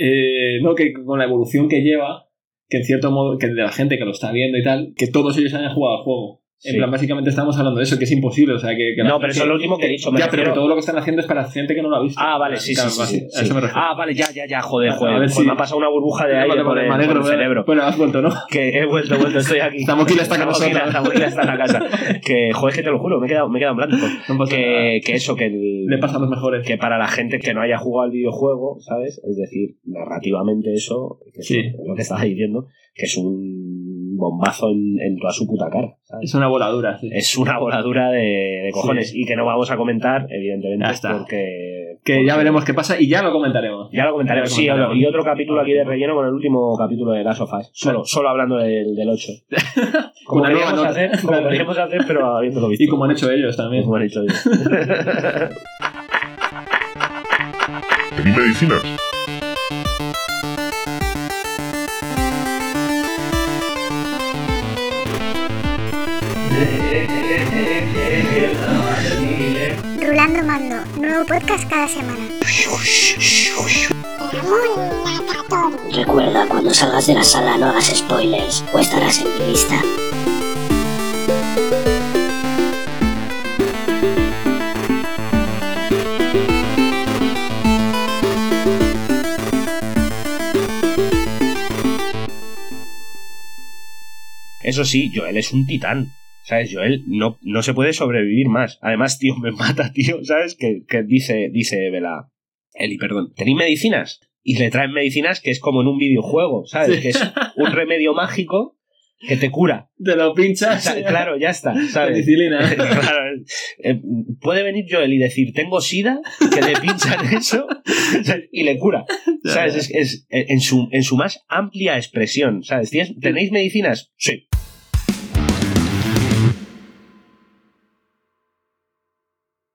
eh, no que con la evolución que lleva que en cierto modo que de la gente que lo está viendo y tal que todos ellos hayan jugado al juego en
Sí.
plan básicamente estamos hablando de eso que es imposible o sea que, que la
No, pero
gente-
eso es lo último que he dicho. me
ya pero que
refiero-
todo lo que están haciendo es para gente que no lo ha visto
Ah, vale, sí,
Claro,
sí, sí,
así-
sí,
a
sí.
eso me refiero
Ah, vale, ya, ya, ya, joder,
A
joder. joder,
ver si-
Me ha pasado una burbuja de aire
Vale,
por,
vale,
el,
me alegro, pues-
por el
vale.
cerebro.
bueno has vuelto no
Que he vuelto, he vuelto, estoy aquí.
Tamoquila está con
Tamoquila,
nosotros.
Tamoquila está en la casa. Que, joder, que te lo juro, me he quedado, me he quedado en blanco.
No pasa nada.
Que, que eso, que, el-
le pasa a los mejores
que para la gente que no haya jugado al videojuego, ¿sabes? Es decir, narrativamente eso, que es
Sí.
lo que estabas diciendo, que es un bombazo en, en toda su puta cara, ¿sabes?
es una voladura sí.
Es una voladura de, de cojones y que no vamos a comentar, evidentemente,
Ya está.
porque...
que ya
porque-
veremos qué pasa y ya lo comentaremos
ya lo comentaremos,
Ya lo
sí,
comentaremos.
y otro capítulo aquí de relleno con el último capítulo de Last of Us. Solo, solo hablando del, del 8. Como
Una nueva
queríamos
nota.
hacer, como queríamos hacer, pero habiéndolo visto.
y como han hecho ellos también
Como han hecho ellos.
¿Tenéis medicinas?
Rulando Mando, nuevo podcast cada semana.
Recuerda, cuando salgas de la sala no hagas spoilers o estarás en mi lista.
Eso sí, Joel es un titán. ¿Sabes? Joel no, no se puede sobrevivir más. Además, tío, me mata, tío. ¿Sabes? Que, que dice, dice Vela. Eli, perdón. ¿Tenéis medicinas? y le traen medicinas que es como en un videojuego, ¿sabes?
Sí.
Que es un remedio mágico que te cura.
Te lo
O
pinchas.
sea, claro, ya está, ¿sabes?
Penicilina.
Claro, eh, puede venir Joel y decir, tengo sida, que le pinchan eso y le cura. eh, ¿Sabes? Es, es en, su, en su más amplia expresión. ¿Sabes? ¿Tienes- ¿Tenéis medicinas? Sí.